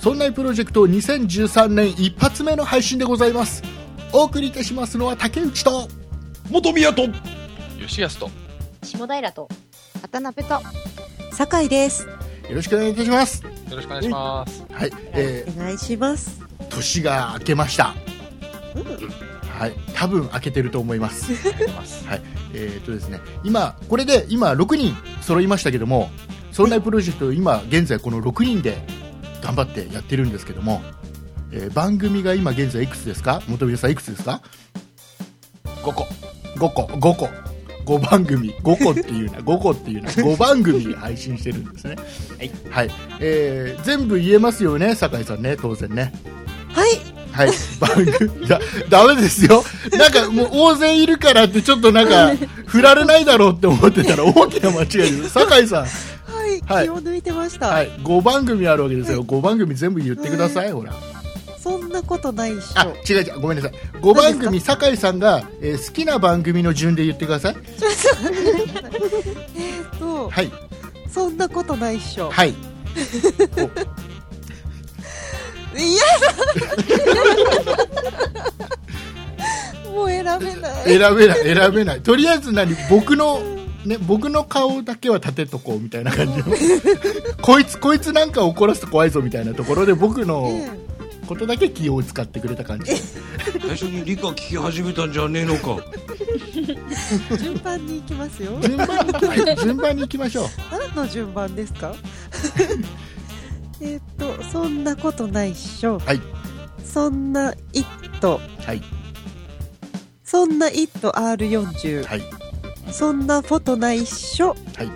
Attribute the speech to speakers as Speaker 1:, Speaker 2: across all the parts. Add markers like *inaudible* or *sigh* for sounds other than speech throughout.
Speaker 1: そんなプロジェクト2013年一発目の配信でございますお送りいたしますのは竹内と
Speaker 2: 元宮と
Speaker 3: 吉安と
Speaker 4: 下平と
Speaker 5: 渡辺と
Speaker 6: 酒井です。
Speaker 1: よろしくお願いいたします
Speaker 3: よろしくお願いします。
Speaker 1: はい、え
Speaker 6: お願いします。
Speaker 1: ー、年が明けましたはい多分明けてると思い
Speaker 2: *laughs*
Speaker 1: ます
Speaker 3: ありがとうございます
Speaker 1: えー、とですね今これで今6人揃いましたけどもそんなプロジェクト今現在この6人で頑張ってやってるんですけども、えー番組が今現在いくつですか元宮さんいくつですか
Speaker 3: 五個。
Speaker 1: 5個5個5番組5個っていうな5 *laughs* 個っていうな5番組配信してるんですね
Speaker 2: はい、
Speaker 1: えー全部言えますよね酒井さんね当然ね
Speaker 6: はい。
Speaker 1: はい番組 *laughs* だダメですよなんかもう大勢いるからってちょっとなんか振られないだろうって思ってたら大きな間違いです酒井さん、
Speaker 6: はい。
Speaker 1: はい
Speaker 6: 気を抜いてました。
Speaker 1: はい、5番組あるわけですよ5番組全部言ってくださいほら
Speaker 6: そんなことないっし
Speaker 1: あ
Speaker 6: ょ。
Speaker 1: 違う違うごめんなさい5番組酒井さんが、えー好きな番組の順で言ってください
Speaker 6: えっと、
Speaker 1: はい
Speaker 6: そんなことないっしょ。
Speaker 1: はい
Speaker 6: いや
Speaker 1: *laughs*
Speaker 6: だもう選べない。
Speaker 1: 選べない選べないとりあえず何僕のね僕の顔だけは立てとこうみたいな感
Speaker 6: *laughs*
Speaker 1: じのこいつこいつなんか怒らすと怖いぞみたいなところで僕の
Speaker 6: え
Speaker 1: ことだけ気を使ってくれた感じ
Speaker 2: 最初に理科聞き始めたんじゃねえのか
Speaker 6: え順番に行きますよ。
Speaker 1: 順番に、はい順番に行きましょう
Speaker 6: *laughs* 何の順番です
Speaker 1: *laughs*
Speaker 6: かえっと、そんなことないっしょ。
Speaker 1: はい
Speaker 6: そんな、イット。
Speaker 1: はい
Speaker 6: そんな、イット R40。
Speaker 1: はい
Speaker 6: そんな、フォトないっしょ。
Speaker 1: はい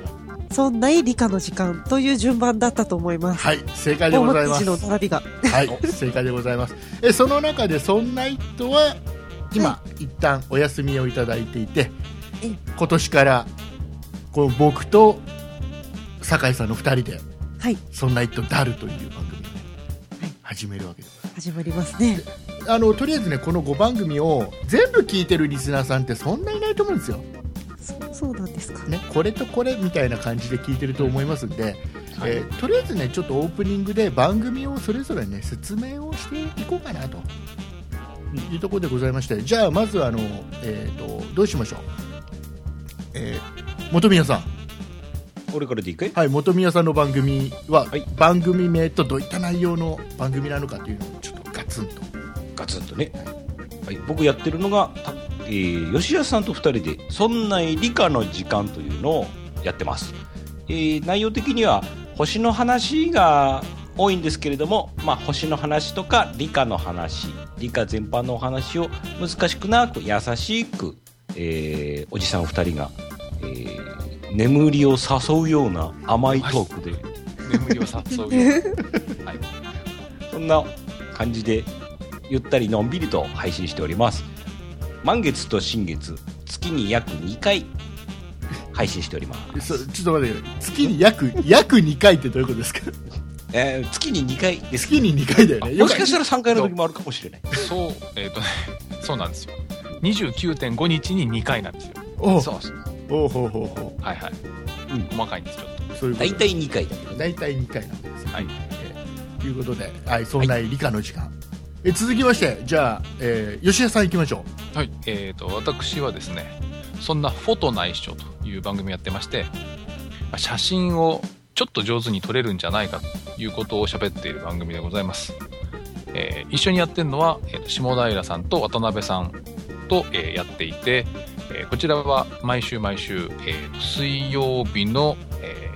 Speaker 6: そんない理科の時間という順番だったと思います。
Speaker 1: はい正解でございます
Speaker 6: 大松寺の並びが。
Speaker 1: はい正解でございますえその中でそんな人は今、一旦お休みをいただいていて
Speaker 6: ええ
Speaker 1: 今年からこう僕と酒井さんの2人で
Speaker 6: はい、
Speaker 1: そんな人だるという番組をね、始めるわけでござい
Speaker 6: 始まりますね。
Speaker 1: ますあのとりあえずねこの5番組を全部聞いてるリスナーさんってそんないないと思うんですよ、
Speaker 6: そそうなんですか。
Speaker 1: ね、これとこれみたいな感じで聞いてると思いますんで、えーとりあえずねちょっとオープニングで番組をそれぞれね説明をしていこうかなというところでございましてじゃあまずあの、えー、とどうしましょう、えー元宮さん
Speaker 2: 俺からでいいかい
Speaker 1: はい、元宮さんの番組は、
Speaker 2: はい
Speaker 1: 番組名とどういった内容の番組なのかというのをちょっとガツンと
Speaker 2: ガツンとね、はい、僕やってるのが、たえー吉安さんと2人で「そんな理科の時間」というのをやってます、えー内容的には星の話が多いんですけれども、まあ、星の話とか理科の話理科全般のお話を難しくなく優しく、えーおじさん2人が、えー眠りを誘うような甘いトークで
Speaker 3: 眠りを誘うよ。
Speaker 2: *laughs*
Speaker 3: はい。
Speaker 2: そんな感じでゆったりのんびりと配信しております。満月と新月、月に約2回配信しておりま
Speaker 1: そ
Speaker 2: す。
Speaker 1: ちょっと待ってください月に約約2回ってどういうことですか
Speaker 2: えー月に2回です。
Speaker 1: 月に2回だよ
Speaker 2: あ
Speaker 1: ね
Speaker 2: もしかした
Speaker 1: ら
Speaker 2: ら3回の時もあるかもしれない。
Speaker 3: そう、えっ、とね、そうなんですよ。二十九点五日に二回なんですよ。
Speaker 1: おう
Speaker 3: そうそう。
Speaker 1: おうほうほうほ
Speaker 3: はいはい。
Speaker 2: うん
Speaker 3: 細かいんですちょっと。
Speaker 1: うそういうこと
Speaker 2: 大体2回だけどね。
Speaker 1: 大体2回なんですよ
Speaker 3: はい。
Speaker 1: ということで、はい、そんな理科の時間、え続きましてじゃあ、えー吉田さん行きましょ
Speaker 3: はい。えっ、と私はですね、そんなフォトないっしょという番組やってまして、まあ写真をちょっと上手に撮れるんじゃないかということを喋っている番組でございます。えー一緒にやってるのは、えーと下平さんと渡辺さんと、えーやっていて、えーこちらは毎週毎週、えー水曜日の、えー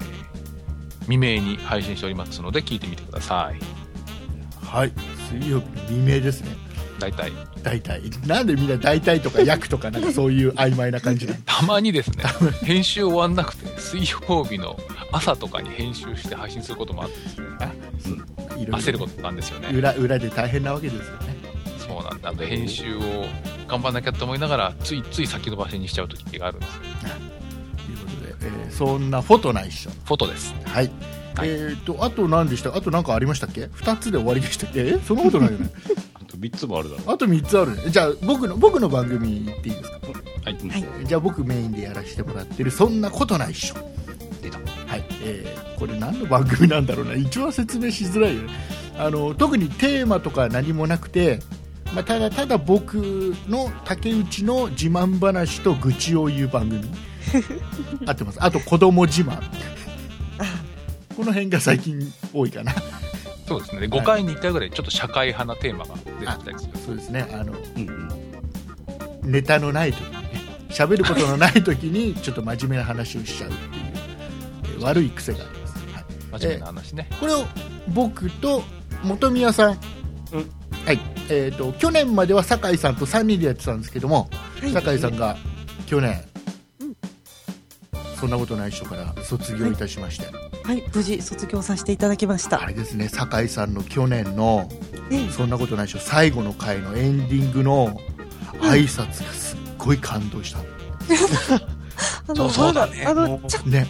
Speaker 3: 未明に配信しておりますので聞いてみてください。
Speaker 1: うはい水曜日の未明ですね
Speaker 3: 大体、
Speaker 1: 大体なんでみんな大体とか約とかなんかそういう曖昧な感じなの
Speaker 3: たまにですね、編集終わんなくて、水曜日の朝とかに編集して配信することもあってですね、
Speaker 1: いろいろ
Speaker 3: 焦ることなんですよね。
Speaker 1: 裏裏で大変なわけですよね
Speaker 3: そうなんだ。あの編集を頑張んなきゃと思いながら、ついつい先延ばしにしちゃう時があるんですよ。
Speaker 1: ということで、えーそんなフォトないっしょ
Speaker 3: フォトです。
Speaker 1: はい、
Speaker 3: はい
Speaker 1: えー、とあと何でしたあと何かありましたっけ2つで終わりでしたっけえそんなことないよね
Speaker 2: あと3つもあるだろ
Speaker 1: *laughs* あと3つあるねじゃあ僕の僕の番組行っていいですか
Speaker 3: はい。
Speaker 6: はい
Speaker 1: じゃあ僕メインでやらせてもらってる「そんなことないっしょ」
Speaker 2: 出た
Speaker 1: はいえー、これ何の番組なんだろうな一番説明しづらいよねあの特にテーマとか何もなくて、まあ、ただただ僕の竹内の自慢話と愚痴を言う
Speaker 2: *laughs*
Speaker 1: 番組合ってますあと子供自慢この辺が最近多いかな
Speaker 3: そうですね。で5回に1回ぐらいちょっと社会派なテーマが出てきたりする。
Speaker 1: そうですねあの
Speaker 2: うんうん
Speaker 1: ネタのない時にね喋ることのない時にちょっと真面目な話をしちゃうっていうえー悪い癖があります、はい、
Speaker 3: 真面目な話ね。
Speaker 1: これを僕と本宮さん、はいえー、と去年までは酒井さんと3人でやってたんですけども、
Speaker 6: はい
Speaker 1: 酒井さんが去年、
Speaker 6: うん
Speaker 1: そんなことない人から卒業いたしまして、
Speaker 6: はい、無事卒業させていただきました。
Speaker 1: あれですね酒井さんの去年の
Speaker 6: ね
Speaker 1: 「そんなことない人」最後の回のエンディングの挨拶がすっごい感動した、
Speaker 6: あ
Speaker 2: そ
Speaker 6: の、
Speaker 2: うそうだね
Speaker 6: あの
Speaker 2: も、う
Speaker 6: ちょ、
Speaker 1: ね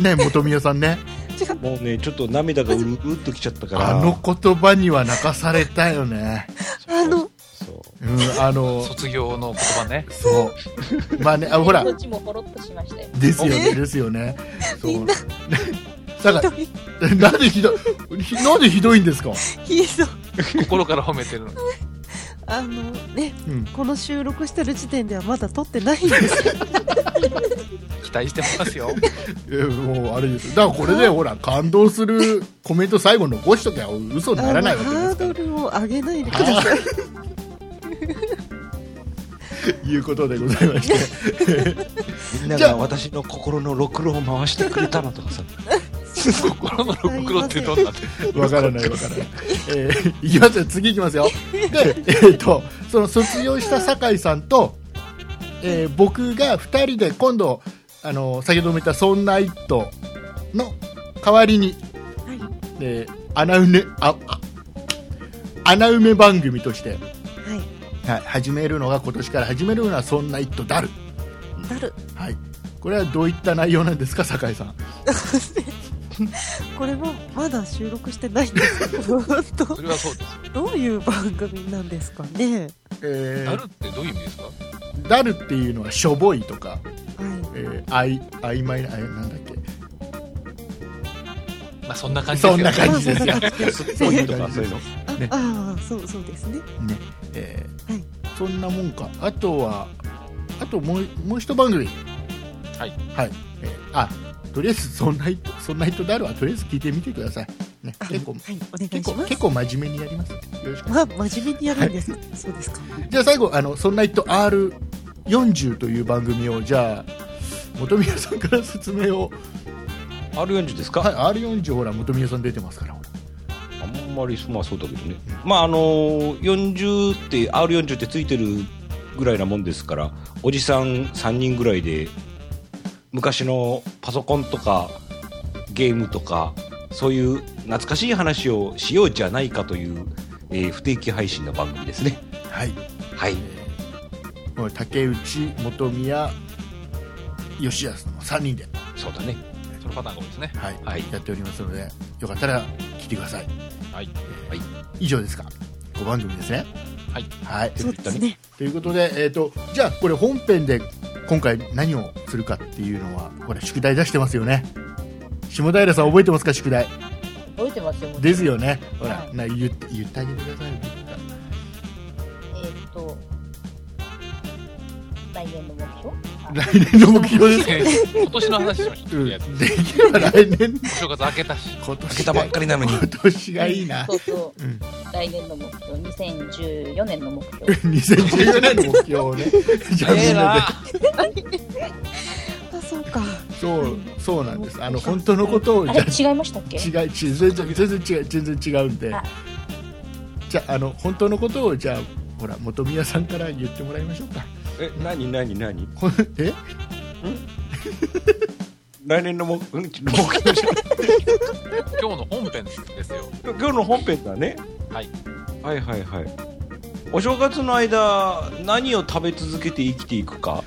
Speaker 1: ね本宮さんね
Speaker 6: 違う、
Speaker 2: もうねちょっと涙がうるうっときちゃったから
Speaker 1: あの言葉には泣かされたよね、
Speaker 6: あの、
Speaker 2: そう
Speaker 1: うん、あの
Speaker 3: 卒業の言葉ね。
Speaker 1: そう。まあね、あほら、
Speaker 4: 命もほろっとしましたよ。
Speaker 1: ですよね、
Speaker 6: え
Speaker 1: ですよね。そ
Speaker 6: み
Speaker 1: う。
Speaker 6: んな
Speaker 1: だか
Speaker 6: ひ
Speaker 1: ら、なんでひどい、ひなんでひどいんですか。
Speaker 6: どい、ひどい。
Speaker 3: 心から褒めてるのに。
Speaker 6: あの、ね、
Speaker 1: うん。
Speaker 6: この収録してる時点ではまだ撮ってないんですよ。
Speaker 3: 期待してます
Speaker 1: *laughs*
Speaker 3: よ。
Speaker 1: えもうあれです。だからこれでほら感動するコメント最後残しときゃ嘘 *laughs* にならないわけ
Speaker 6: あ
Speaker 1: で
Speaker 6: のハー
Speaker 1: すか
Speaker 6: ドルを上げないでくだ
Speaker 1: ら
Speaker 6: さい。。
Speaker 1: ということでございまして、
Speaker 2: みんな
Speaker 1: じゃあ
Speaker 2: が私の心のろくろを回してくれたらとか
Speaker 6: *laughs*
Speaker 2: さ
Speaker 3: 心のろくろってどんなって。
Speaker 1: わからないわからない。えー、いきますよ。次いきますよ。で、えっ、とその卒業した酒井さんと、えー僕が二人で今度あの先ほども言ったそんな一頭の代わりに
Speaker 6: はい、
Speaker 1: えー穴埋めああ穴埋め番組として、
Speaker 6: は
Speaker 1: はい、始めるのが今年から始めるのはそんな一途だる、
Speaker 6: い、なる。
Speaker 1: はい、これはどういった内容なんですか酒井さん
Speaker 6: *laughs* これもまだ収録してないんですけど、 *laughs*
Speaker 3: そ
Speaker 6: 本
Speaker 3: れはそうですよ。
Speaker 6: 当どういう番組なんですかね。
Speaker 1: え
Speaker 3: なるってどういう意味ですか
Speaker 1: ーだるっていうのはしょぼいとか、
Speaker 6: は
Speaker 1: えー、あい曖昧なあなんだっけ
Speaker 3: まあそんな感じで
Speaker 1: そ
Speaker 3: すよ
Speaker 1: ん
Speaker 3: ね。
Speaker 1: な感じですよ、
Speaker 2: すっぽいとかそういうの
Speaker 6: い。
Speaker 1: ね
Speaker 6: ああ、そう、そうですね。
Speaker 1: えー
Speaker 6: はい
Speaker 1: そんなもんかあとはあともうもう一番組
Speaker 3: はい、
Speaker 1: はいえーあとりあえずそんな人そんな人だるはとりあえず聞いてみてください、ね、
Speaker 6: あ
Speaker 1: 結構
Speaker 6: はい、お願い
Speaker 1: 結
Speaker 6: し
Speaker 1: 構
Speaker 6: ます
Speaker 1: 結。構真面目にやりますよろしく
Speaker 6: まあ、真面目にやるんです。そうですか。
Speaker 1: じゃあ最後あの「そんな人 R40」という番組をじゃあ本宮さんから説明を、
Speaker 2: R40 ですか、
Speaker 1: はい、R40 ほら本宮さん出てますからほら
Speaker 2: あんまりまあそうだけどねまああのー40って R40 ってついてるぐらいなもんですからおじさん3人ぐらいで昔のパソコンとかゲームとかそういう懐かしい話をしようじゃないかという、えー不定期配信の番組ですね
Speaker 1: はい、
Speaker 2: はい
Speaker 1: えーもう竹内本宮吉安の3人で、
Speaker 2: そうだね
Speaker 3: そのパターンが多いですね。
Speaker 1: はい
Speaker 2: はい
Speaker 1: やっておりますのでよかったら聞いてください
Speaker 3: はい。
Speaker 2: はい
Speaker 1: 以上ですか5番組ですね
Speaker 3: はい
Speaker 1: はい
Speaker 6: そうですね。
Speaker 1: ということで、えー、とじゃあこれ本編で今回何をするかっていうのはこれ宿題出してますよね下平さん覚えてますか宿題
Speaker 4: 覚えてますよ。もちろん
Speaker 1: です。よねほら、
Speaker 4: はい
Speaker 1: な言って言ってあげてくださいよ
Speaker 4: えーっと、来年の目標あ
Speaker 1: 来年の目標です
Speaker 3: 今年の話しましょ
Speaker 1: う
Speaker 3: うんいや。
Speaker 1: できれば来年
Speaker 3: お正月明けたし。
Speaker 1: 今年
Speaker 2: 開けたばっかりなのに
Speaker 1: 今年がいいな。
Speaker 4: そうそううん来年の目標、2014年の目標。
Speaker 1: 2014年の目標をねじゃあみんなで
Speaker 6: あ、そうか。
Speaker 1: そうそうなんですあの本当のことを
Speaker 4: あ
Speaker 1: じ
Speaker 4: れ
Speaker 1: ゃあ
Speaker 4: 違いましたっけ
Speaker 1: 違い違う全然全然違う全然違うんで
Speaker 4: あ
Speaker 1: じゃああの本当のことをじゃあほら本宮さんから言ってもらいましょうか
Speaker 2: *laughs* え何何何
Speaker 1: こんえ
Speaker 2: 来年の目うん目標じゃない
Speaker 3: 今日の本編ですよ。
Speaker 2: 今日の本編だね、
Speaker 3: はい、
Speaker 2: はいはいはいお正月の間何を食べ続けて生きていくか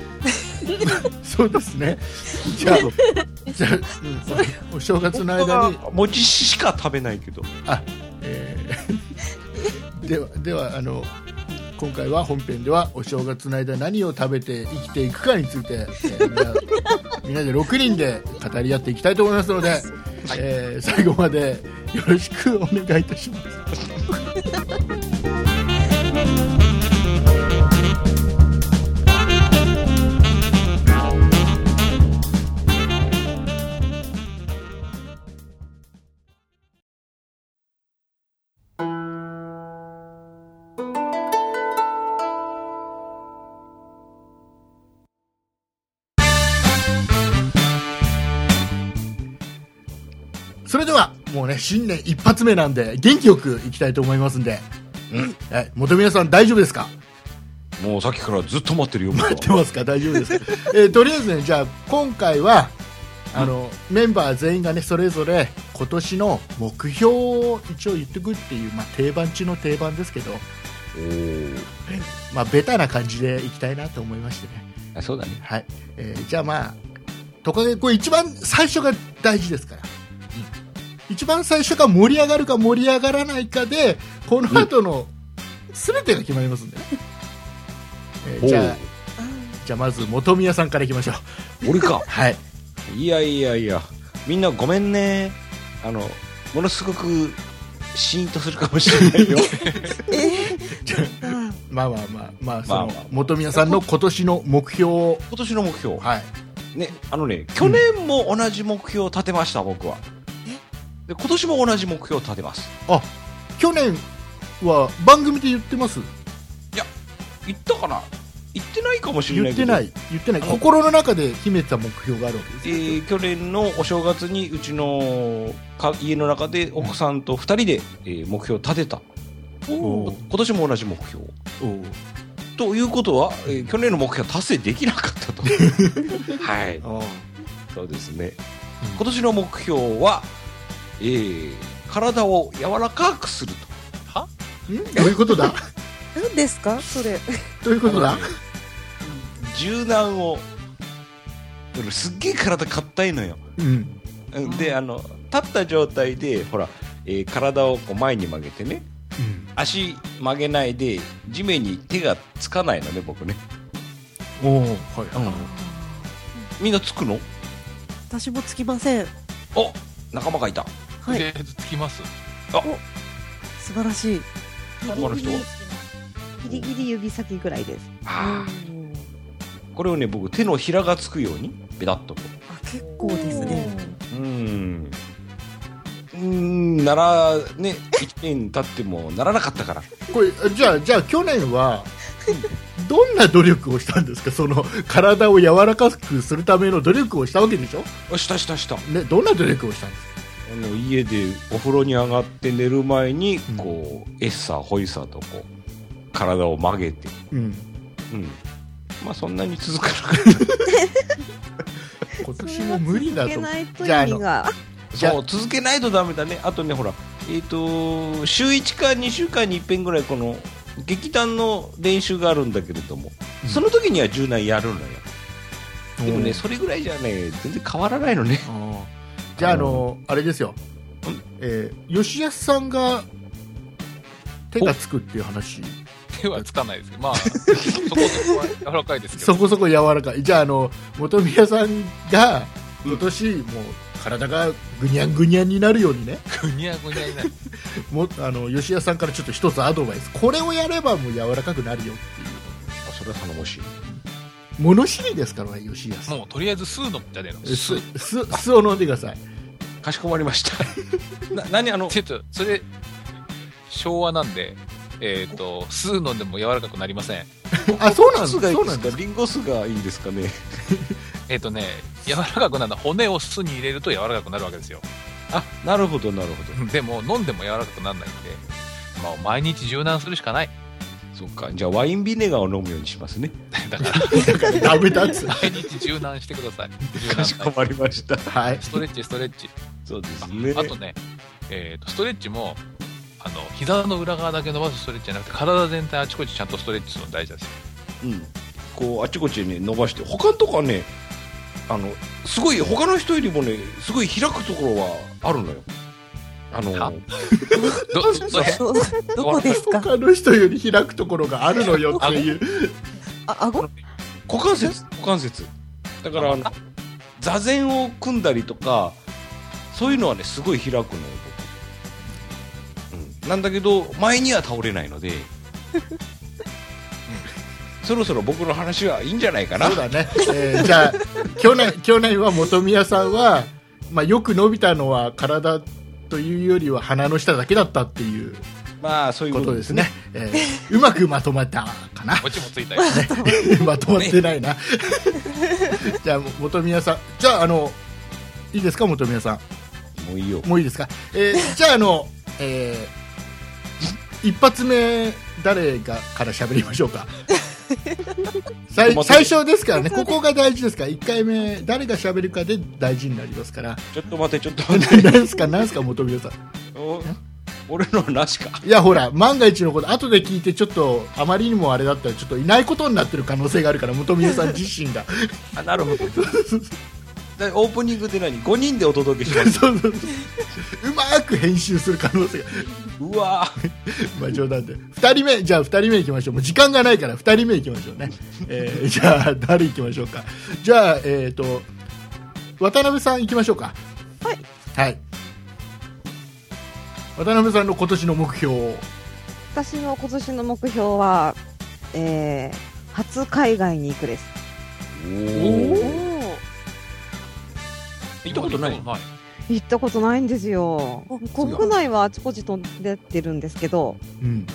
Speaker 1: そうですねじゃあじゃあ、うん、お正月の間に
Speaker 2: 本当は餅しか食べないけど
Speaker 1: えーではではあの今回は本編ではお正月の間何を食べて生きていくかについて、えーみんなみんなで6人で語り合っていきたいと思いますので、えー最後まで、よろしくお願いいたします。それではもうね新年一発目なんで元気よくいきたいと思いますんで、はい、元宮さん大丈夫ですか
Speaker 2: もうさっきからずっと待ってるよ僕は
Speaker 1: 待ってますか大丈夫ですか、えーとりあえずねじゃあ今回はあの、メンバー全員がねそれぞれ今年の目標を一応言ってくっていう、まあ、定番中の定番ですけど、
Speaker 2: おー
Speaker 1: まあ、ベタな感じでいきたいなと思いましてね
Speaker 2: あそうだね
Speaker 1: はい、えーじゃあまあトカゲこれ一番最初が大事ですから、一番最初が盛り上がるか盛り上がらないかでこの後の全てが決まりますんでね、えー
Speaker 2: ほう
Speaker 1: じゃあじゃあまず元宮さんからいきましょう
Speaker 2: 俺か
Speaker 1: はい
Speaker 2: いやいやいやみんなごめんねあのものすごくシーンとするかもし
Speaker 1: *laughs*
Speaker 2: れないよ
Speaker 6: えー、
Speaker 1: まあまあまあまあそ
Speaker 2: まあ
Speaker 1: の
Speaker 2: まあ
Speaker 1: 元宮さんの今年の目標を
Speaker 2: 今年の目標
Speaker 1: はい
Speaker 2: ねあのね去年も同じ目標を立てました僕はで今年も同じ目標を立てます
Speaker 1: あ去年は番組で言ってます
Speaker 2: 言ったかな言ってないかもしれな
Speaker 1: 言っ
Speaker 2: いけ
Speaker 1: て
Speaker 2: ど
Speaker 1: ない言ってない
Speaker 2: あの
Speaker 1: 心の中で秘めた目標があるわけです
Speaker 2: え
Speaker 1: ね、
Speaker 2: ー去年のお正月にうちのか家の中で奥さんと2人で、えー目標を立てた
Speaker 1: お
Speaker 2: 今
Speaker 1: ー
Speaker 2: 年も同じ目標
Speaker 1: おう
Speaker 2: ということは、えー去年の目標は達成できなかっ
Speaker 1: *laughs*
Speaker 2: たとはい
Speaker 1: ああ
Speaker 2: そうですね
Speaker 1: うん
Speaker 2: 今年の目標は、えー体を柔らかくすると
Speaker 1: んどういうこと
Speaker 2: *laughs*
Speaker 1: だ
Speaker 6: 何ですかそれ。
Speaker 1: どういうことだ
Speaker 2: 柔軟をでもすっげえ体硬いのよ
Speaker 1: うん。
Speaker 2: うんであの立った状態でほら、えー体をこう前に曲げてね足曲げないで地面に手がつかないのね僕ね、
Speaker 1: おお、はいは
Speaker 2: みんなつくの
Speaker 6: 私もつきません。
Speaker 2: お仲間がいた
Speaker 3: と
Speaker 6: は
Speaker 3: りあ
Speaker 6: い、
Speaker 3: えずつきます。
Speaker 6: 素晴らしい。
Speaker 2: 他の人は
Speaker 5: ギリギリ指先ぐらいです。
Speaker 2: あーこれをね僕手のひらがつくようにベタッとこ
Speaker 6: あ結構ですね。
Speaker 2: ううーんうーんならね1年経ってもならなかったから
Speaker 1: い。これ、じゃあ、じゃあ、去年
Speaker 2: *laughs*
Speaker 1: は。どんな努力をしたんですか、その体を柔らかくするための努力をしたわけでしょ
Speaker 2: あしたしたしたあ
Speaker 1: ね、どんな努力をしたんですか。
Speaker 2: の家でお風呂に上がって寝る前に
Speaker 1: うん
Speaker 2: こう、エッサーホイサーとこう体を曲げて
Speaker 1: うん。
Speaker 2: うんまあそんなに続かなか *laughs* っ
Speaker 1: 今年も無理だ
Speaker 5: それ
Speaker 1: と。
Speaker 5: は続け
Speaker 1: じゃああ
Speaker 5: ないと意
Speaker 1: の
Speaker 5: 味が。
Speaker 2: た
Speaker 1: じゃあ
Speaker 2: そう続けないとダメだねあとねほらえっ、と週1か2週間に一遍ぐらいこの劇団の練習があるんだけれども、
Speaker 1: うん
Speaker 2: その時には柔軟やるのよでもねそれぐらいじゃね全然変わらないのね
Speaker 1: おー。じゃあ、あの、あれですよ。えー、吉安さんが。手がつくっていう話。
Speaker 3: 手はつかないですけど、まあ、そこそこは柔らかいですけど
Speaker 1: そ、こそこ柔らかい。じゃあ、あの、元宮さんが。今年、もう。体がぐにゃんぐにゃんになるようにね。
Speaker 3: ぐにゃぐにゃになる。
Speaker 1: もあの吉田さんからちょっと一つアドバイスこれをやればもう柔らかくなるよっていう
Speaker 2: あそれは頼もしい
Speaker 1: 物知りですからね吉田さん
Speaker 3: もうとりあえず吸うのじゃねえの。
Speaker 1: え酢
Speaker 3: 吸う。
Speaker 1: 酢酢を飲んでください
Speaker 2: かしこまりました *laughs* な何あの
Speaker 3: ちょっと、それ、昭和なんで、えっ、と、吸うのでも柔らかくなりません。
Speaker 1: あそうなんです
Speaker 2: 数がいい
Speaker 1: そ
Speaker 2: ん
Speaker 1: うな
Speaker 2: です
Speaker 1: んで
Speaker 2: か
Speaker 1: す
Speaker 2: リンゴ酢がいいんですかね
Speaker 3: えっ、とね、柔らかくなるのは骨を酢に入れると柔らかくなるわけですよ。
Speaker 2: あなるほどなるほど
Speaker 3: でも、飲んでも柔らかくならないんで、まあ、毎日柔軟するしかない。
Speaker 2: そっかじゃあワインビネガーを飲むようにしますね
Speaker 3: だから、
Speaker 1: ダメだっつう
Speaker 3: 毎日柔軟してください。柔
Speaker 2: か
Speaker 3: 軟
Speaker 2: しこまりました
Speaker 1: はい
Speaker 3: ストレッチ、ストレッチ。
Speaker 2: そうですね
Speaker 3: あとね、えーとストレッチもあの膝の裏側だけ伸ばすストレッチじゃなくて体全体あちこちちゃんとストレッチするの大事ですよ
Speaker 2: うん、こうあちこちに伸ばして他のとこはねあのすごい他の人よりもねすごい開くところはあるのよあの
Speaker 3: はどどど
Speaker 6: ど
Speaker 1: *laughs*
Speaker 6: どこですか。
Speaker 1: 他の人より開くところがあるのよっていう
Speaker 6: あ顎。
Speaker 2: 股関節股関節だからあの座禅を組んだりとかそういうのはねすごい開くのよなんだけど前には倒れないの *laughs* で、うんそろそろ僕の話はいいんじゃないかな
Speaker 1: そうだね、えーじゃあ去年去年は本宮さんは、まあ、よく伸びたのは体というよりは鼻の下だけだったっていう
Speaker 2: まあそういう
Speaker 1: こ
Speaker 2: こと
Speaker 1: と
Speaker 2: で
Speaker 1: ですすね、えーうまくまとまったか
Speaker 3: *laughs*
Speaker 1: な
Speaker 3: オチもつい
Speaker 2: *laughs*
Speaker 3: たよ。
Speaker 1: まとまってないな *laughs* じゃあ本宮さんじゃああのいいですか本宮さん
Speaker 2: もういいよ
Speaker 1: もういいですか、えーじゃああの、えー一発目誰がから喋りましょうか最最初ですからねここが大事ですから1回目誰が喋るかで大事になりますから
Speaker 2: ちょっと待ってちょっと待って
Speaker 1: 何ですか何ですか本宮さん
Speaker 2: お俺の話か
Speaker 1: いやほら万が一のこと後で聞いてちょっとあまりにもあれだったらちょっといないことになってる可能性があるから本宮さん自身が
Speaker 2: あなる *laughs* ほどだオープニングで何5人でお届けします
Speaker 1: *laughs* そうそうそううまく編集する可能性が
Speaker 2: うわー
Speaker 1: まあ冗談で2人目じゃあ2人目いきましょうもう時間がないから2人目いきましょうね、えー *laughs* じゃあ誰いきましょうかじゃあえっ、と渡辺さんいきましょうか
Speaker 6: はい
Speaker 1: はい渡辺さんの今年の目標を
Speaker 5: 私の今年の目標は、えー、初海外に行くです。
Speaker 2: 行ったことない
Speaker 3: はい。
Speaker 5: 行ったことないんですよ。
Speaker 2: う
Speaker 5: 国内はあちこち飛んでってるんですけど、
Speaker 1: うん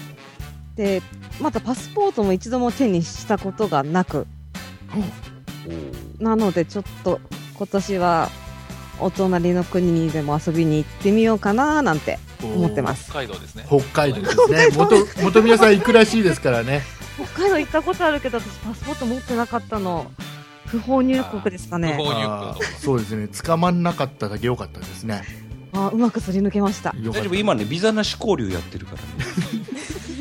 Speaker 5: で、またパスポートも一度も手にしたことがなく、なのでちょっと今年はお隣の国にでも遊びに行ってみようかななんて思ってます。
Speaker 3: 北海道ですね。
Speaker 1: 北海道です
Speaker 5: *laughs*
Speaker 1: ね元元宮さん行くらしいですからね
Speaker 5: 北海道行ったことあるけど、私パスポート持ってなかったの。不法入国ですか
Speaker 3: 不
Speaker 5: ね。
Speaker 3: 法入
Speaker 1: あ
Speaker 3: 国
Speaker 1: ーそうですね捕まんなかっただけ良かったですね
Speaker 5: あうまくすり抜けました。
Speaker 1: よかっ
Speaker 2: 大丈
Speaker 1: た
Speaker 2: 夫今ねビザなし交流やってるか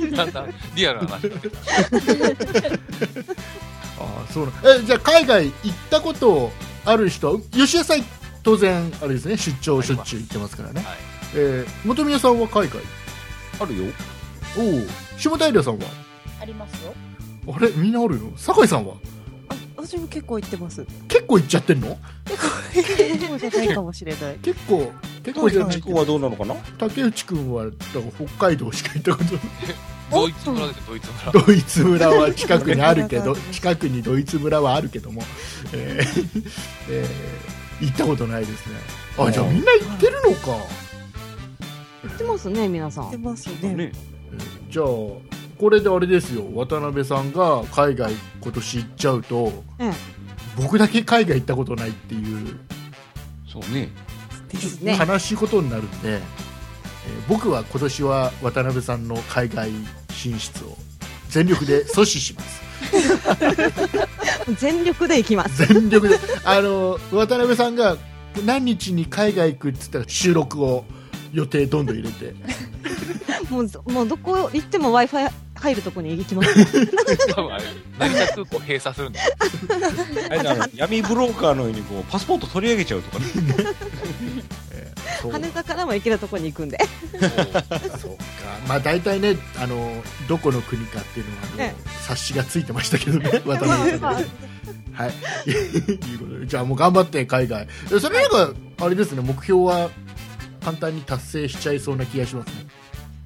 Speaker 2: らね
Speaker 3: だんだんリアルな話が出てき
Speaker 1: あーそうなえじゃあ海外行ったことある人は吉田さん当然あれですね出張しょっちゅう行ってますからね
Speaker 3: た。はい。
Speaker 1: えー、本宮さんは海外
Speaker 2: *laughs* あるよ
Speaker 1: おお下平さんは
Speaker 4: ありますよ。
Speaker 1: あれみんなあるの酒井さんは
Speaker 6: あ私も結構行ってます。
Speaker 1: 結構行っちゃってんの
Speaker 6: そうじゃないかもしれない。
Speaker 1: 結構結構
Speaker 2: 竹
Speaker 1: じゃない
Speaker 2: 内君はどうなのかな
Speaker 1: 竹内君はだから北海道しか行ったこと
Speaker 3: ドイツ村ですよ、ドイツ村。
Speaker 1: ない *laughs* ドイツ村は近くにあるけど近くにドイツ村はあるけども、えー *laughs* えー行ったことないですねあじゃあみんな行ってるのか、
Speaker 5: 行ってますね、皆さ
Speaker 6: *laughs* 行って
Speaker 5: ん。
Speaker 6: ますね。
Speaker 2: ね
Speaker 1: えーじゃあこれであれですよ渡辺さんが海外今年行っちゃうと、
Speaker 5: ええ
Speaker 1: 僕だけ海外行ったことないっていう
Speaker 2: そうね
Speaker 6: です
Speaker 5: ね
Speaker 1: 悲しいことになるんで、えー僕は今年は渡辺さんの海外進出を全力で阻止します
Speaker 5: 全力で行き
Speaker 1: *laughs*
Speaker 5: ます。
Speaker 1: 全力であの渡辺さんが何日に海外行くっつったら収録を予定どんどん入れて
Speaker 5: もう、もうどこ行っても Wi-Fi 入るとこに行きます。
Speaker 1: *laughs*
Speaker 3: 多分あれ、成田空港閉鎖するんだ
Speaker 2: *laughs*
Speaker 3: よ。
Speaker 2: あれだあの闇ブローカーのようにこうパスポート取り上げちゃうとか *laughs* ね
Speaker 1: そう
Speaker 5: 羽田からも行けるとこに行くんで。
Speaker 1: そうかまあ大体ねあのどこの国かっていうのはあの、
Speaker 5: え
Speaker 1: 冊子がついてましたけど
Speaker 5: *laughs*
Speaker 1: ね渡辺さんねはい *laughs* いうことでじゃあもう頑張って海外えそれなんかあれですね目標は簡単に達成しちゃいそうな気がしますね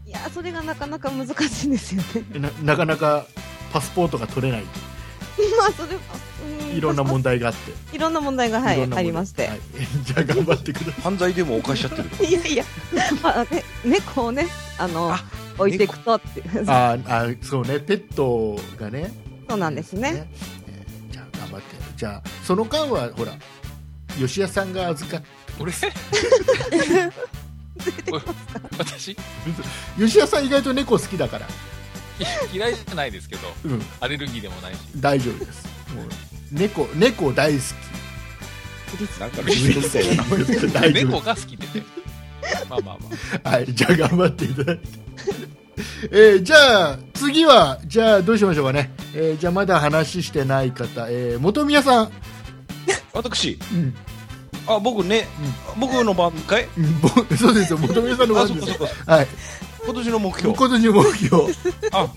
Speaker 5: いや、それがなかなか難しいんですよね。 *laughs*
Speaker 1: ななかなかパスポートが取れない
Speaker 5: まあ、それは、う
Speaker 1: いろんな問題があって、
Speaker 5: いろんな問題が、はい
Speaker 1: ろ
Speaker 5: い、
Speaker 1: んな問題
Speaker 5: ありまして
Speaker 1: は。い、 *laughs* じゃあ頑張ってくださ
Speaker 5: *laughs*
Speaker 1: い
Speaker 2: 犯罪でも犯しちゃってる
Speaker 5: いやい *laughs* や、まあ、ね、猫をね、あの
Speaker 2: あ、
Speaker 5: 置いていくとって、
Speaker 1: あーあーそうねペットがね
Speaker 5: そうなんですね。
Speaker 1: えーじゃあ頑張ってじゃあその間はほら吉谷さんが預かっ
Speaker 3: 俺 *laughs*
Speaker 1: 吉
Speaker 3: 私
Speaker 1: 谷さん意外と猫好きだから、
Speaker 3: い嫌いじゃないですけど、
Speaker 1: うん、
Speaker 3: アレルギーでもないし。
Speaker 1: 大丈夫ですもう猫猫大好
Speaker 2: なんかルールみたいな
Speaker 1: き大丈夫
Speaker 3: 猫が好きでね。まあまあま
Speaker 1: はい、じゃあ頑張っていただいて。えーじゃあ次はじゃあどうしましょうかね、えーじゃあまだ話してない方、えー、元宮さん、
Speaker 2: *laughs* 私
Speaker 1: *laughs* うん
Speaker 2: あ僕ね、僕の番かい
Speaker 1: うんぼそうですよ元宮さんの
Speaker 2: あ
Speaker 1: 番
Speaker 2: そっ
Speaker 1: で
Speaker 2: か
Speaker 1: す
Speaker 2: そっ
Speaker 1: よ
Speaker 2: か
Speaker 1: はい
Speaker 2: 今年の目標
Speaker 1: 今年の目標
Speaker 2: あ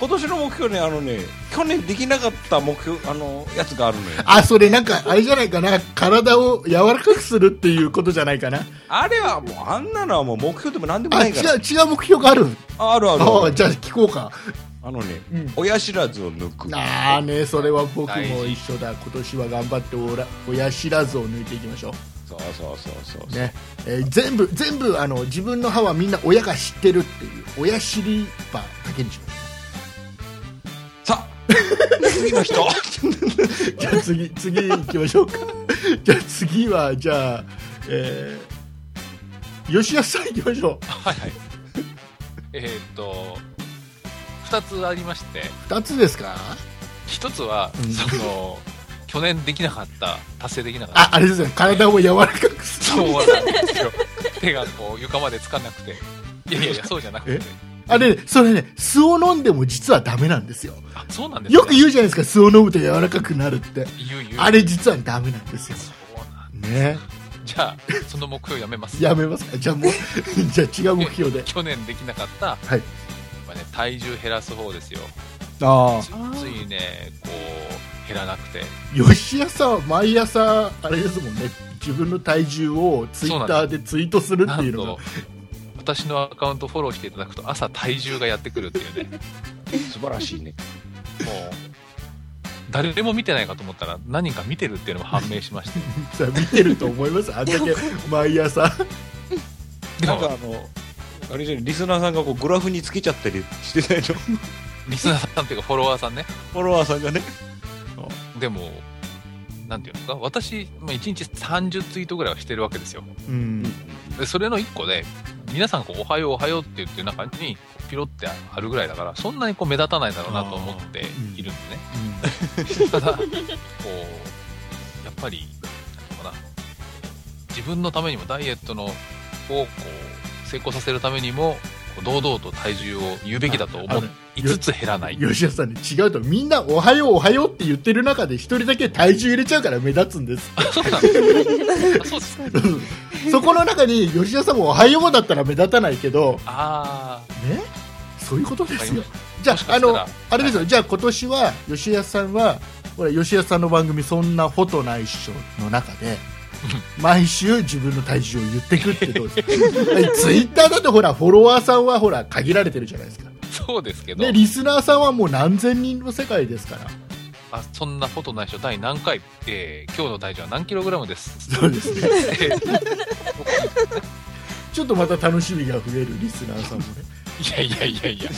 Speaker 2: 今年の目標ね、あのね、去年できなかった目標、あの、やつ
Speaker 1: *laughs*
Speaker 2: があるのよ。
Speaker 1: あそれなんかあれじゃないかな体を柔らかくするっていうことじゃないかな
Speaker 2: あれはもう、あんなのはもう目標でもなんでも
Speaker 1: あ
Speaker 2: な
Speaker 1: 違
Speaker 2: いうから。
Speaker 1: 違う目標がある
Speaker 2: ああるある
Speaker 1: あ
Speaker 2: あ
Speaker 1: あ
Speaker 2: る。
Speaker 1: じゃあ聞こうか
Speaker 2: あのね、
Speaker 1: うん
Speaker 2: 親知らずを抜く。
Speaker 1: ああねそれは僕も一緒だ今年は頑張っておら親知らずを抜いていきましょ
Speaker 2: そうそうそうそう
Speaker 1: う
Speaker 2: そう。
Speaker 1: ね、えー全部全部あの自分の歯はみんな親が知ってるっていう親知り歯だけにします
Speaker 2: さあ、
Speaker 1: *laughs*
Speaker 2: 次の人。
Speaker 1: *laughs* じゃあ次次行きましょうか *laughs* じゃあ次はじゃあえー、吉安さん行きましょう
Speaker 3: はいはい。えーっと、二つありまして、
Speaker 1: 2つですか
Speaker 3: 一つは
Speaker 1: うん、
Speaker 3: その、去年できなかった、達成できなかった
Speaker 1: あ、あれですね体を柔らかくす
Speaker 3: そう
Speaker 1: る
Speaker 3: なんですよ。手がこう床までつかなくて。いやいやい
Speaker 1: *laughs*
Speaker 3: や、そうじゃなくて。
Speaker 1: あれねそれね酢を飲んでも実はダメなんですよ
Speaker 3: あ、そうなんですね
Speaker 1: よく言うじゃないですか酢を飲むと柔らかくなるって
Speaker 3: 言う言う。
Speaker 1: あれ実はダメなんですよ
Speaker 3: そうなん
Speaker 1: ね
Speaker 3: じゃあ、その目標やめます。
Speaker 1: やめますかじゃあもう *laughs* じゃあ違う目標で
Speaker 3: 去年できなかった、
Speaker 1: はい
Speaker 3: やっぱね、体重減らす方ですよ。
Speaker 1: あ
Speaker 3: つついね、こう、減らなくて。
Speaker 1: 吉谷さんは毎朝あれですもんね自分の体重をツイッターでツイートするっ
Speaker 3: な
Speaker 1: てい
Speaker 3: ん
Speaker 1: うの
Speaker 3: と、私のアカウントフォローしていただくと、朝体重がやってくるっていうね、
Speaker 2: 素晴らしいね。
Speaker 3: もう、誰も見てないかと思ったら、何人か見てるっていうのも判明しまして。
Speaker 1: が見てると思いますあんだけ毎朝
Speaker 3: で
Speaker 2: なんか
Speaker 3: も、
Speaker 2: あの、あれじゃないリスナーさんがこうグラフにつけちゃったり *laughs* してないの。フ
Speaker 3: リスナーさんっていうか、フォロワーさんね。
Speaker 2: ォロワーさんがね。
Speaker 3: でも、なんていうのか、私、まあ、1日30ツイートぐらいはしてるわけですよ。
Speaker 1: うん
Speaker 3: で、それの1個で、皆さんこう、おはよう、おはようって言ってる中に、ピロってあるぐらいだから、そんなにこう目立たないだろうなと思っているんでね。ただ、こう、やっぱり、なんていうのかな、自分のためにも、ダイエットのをこう成功させるためにも、こう堂々と体重を言うべきだと
Speaker 1: ああ
Speaker 3: 思
Speaker 1: の
Speaker 3: いつつ減らない。
Speaker 1: 吉谷さんね違うとみんなおはようおはようって言ってる中で一人だけ体重入れちゃうから目立つんです
Speaker 3: あそうなんですあそうです。
Speaker 1: そこの中に吉谷さんもおはようだったら目立たないけど
Speaker 3: ああ、
Speaker 1: ねそういうことですよ
Speaker 3: わかりまし
Speaker 1: じゃ
Speaker 3: もし
Speaker 1: ああ
Speaker 3: かした
Speaker 1: の
Speaker 3: ら
Speaker 1: あれですよじゃあ今年は吉安さんはほら吉安さんの番組「そんなフォトないっしょ」の中で毎週自分の体重を言ってくってどうですかはいツイッターだとほらフォロワーさんはほら限られてるじゃないですか、
Speaker 3: そうですけど、
Speaker 1: ね、リスナーさんはもう何千人の世界ですから
Speaker 3: あそんなことないでしょ、第何回、えー今日の体重は何キログラムです。
Speaker 1: *laughs* そうですね
Speaker 3: *laughs* えー
Speaker 1: ちょっとまた楽しみが増えるリスナーさんもね
Speaker 3: いやいやいやいや、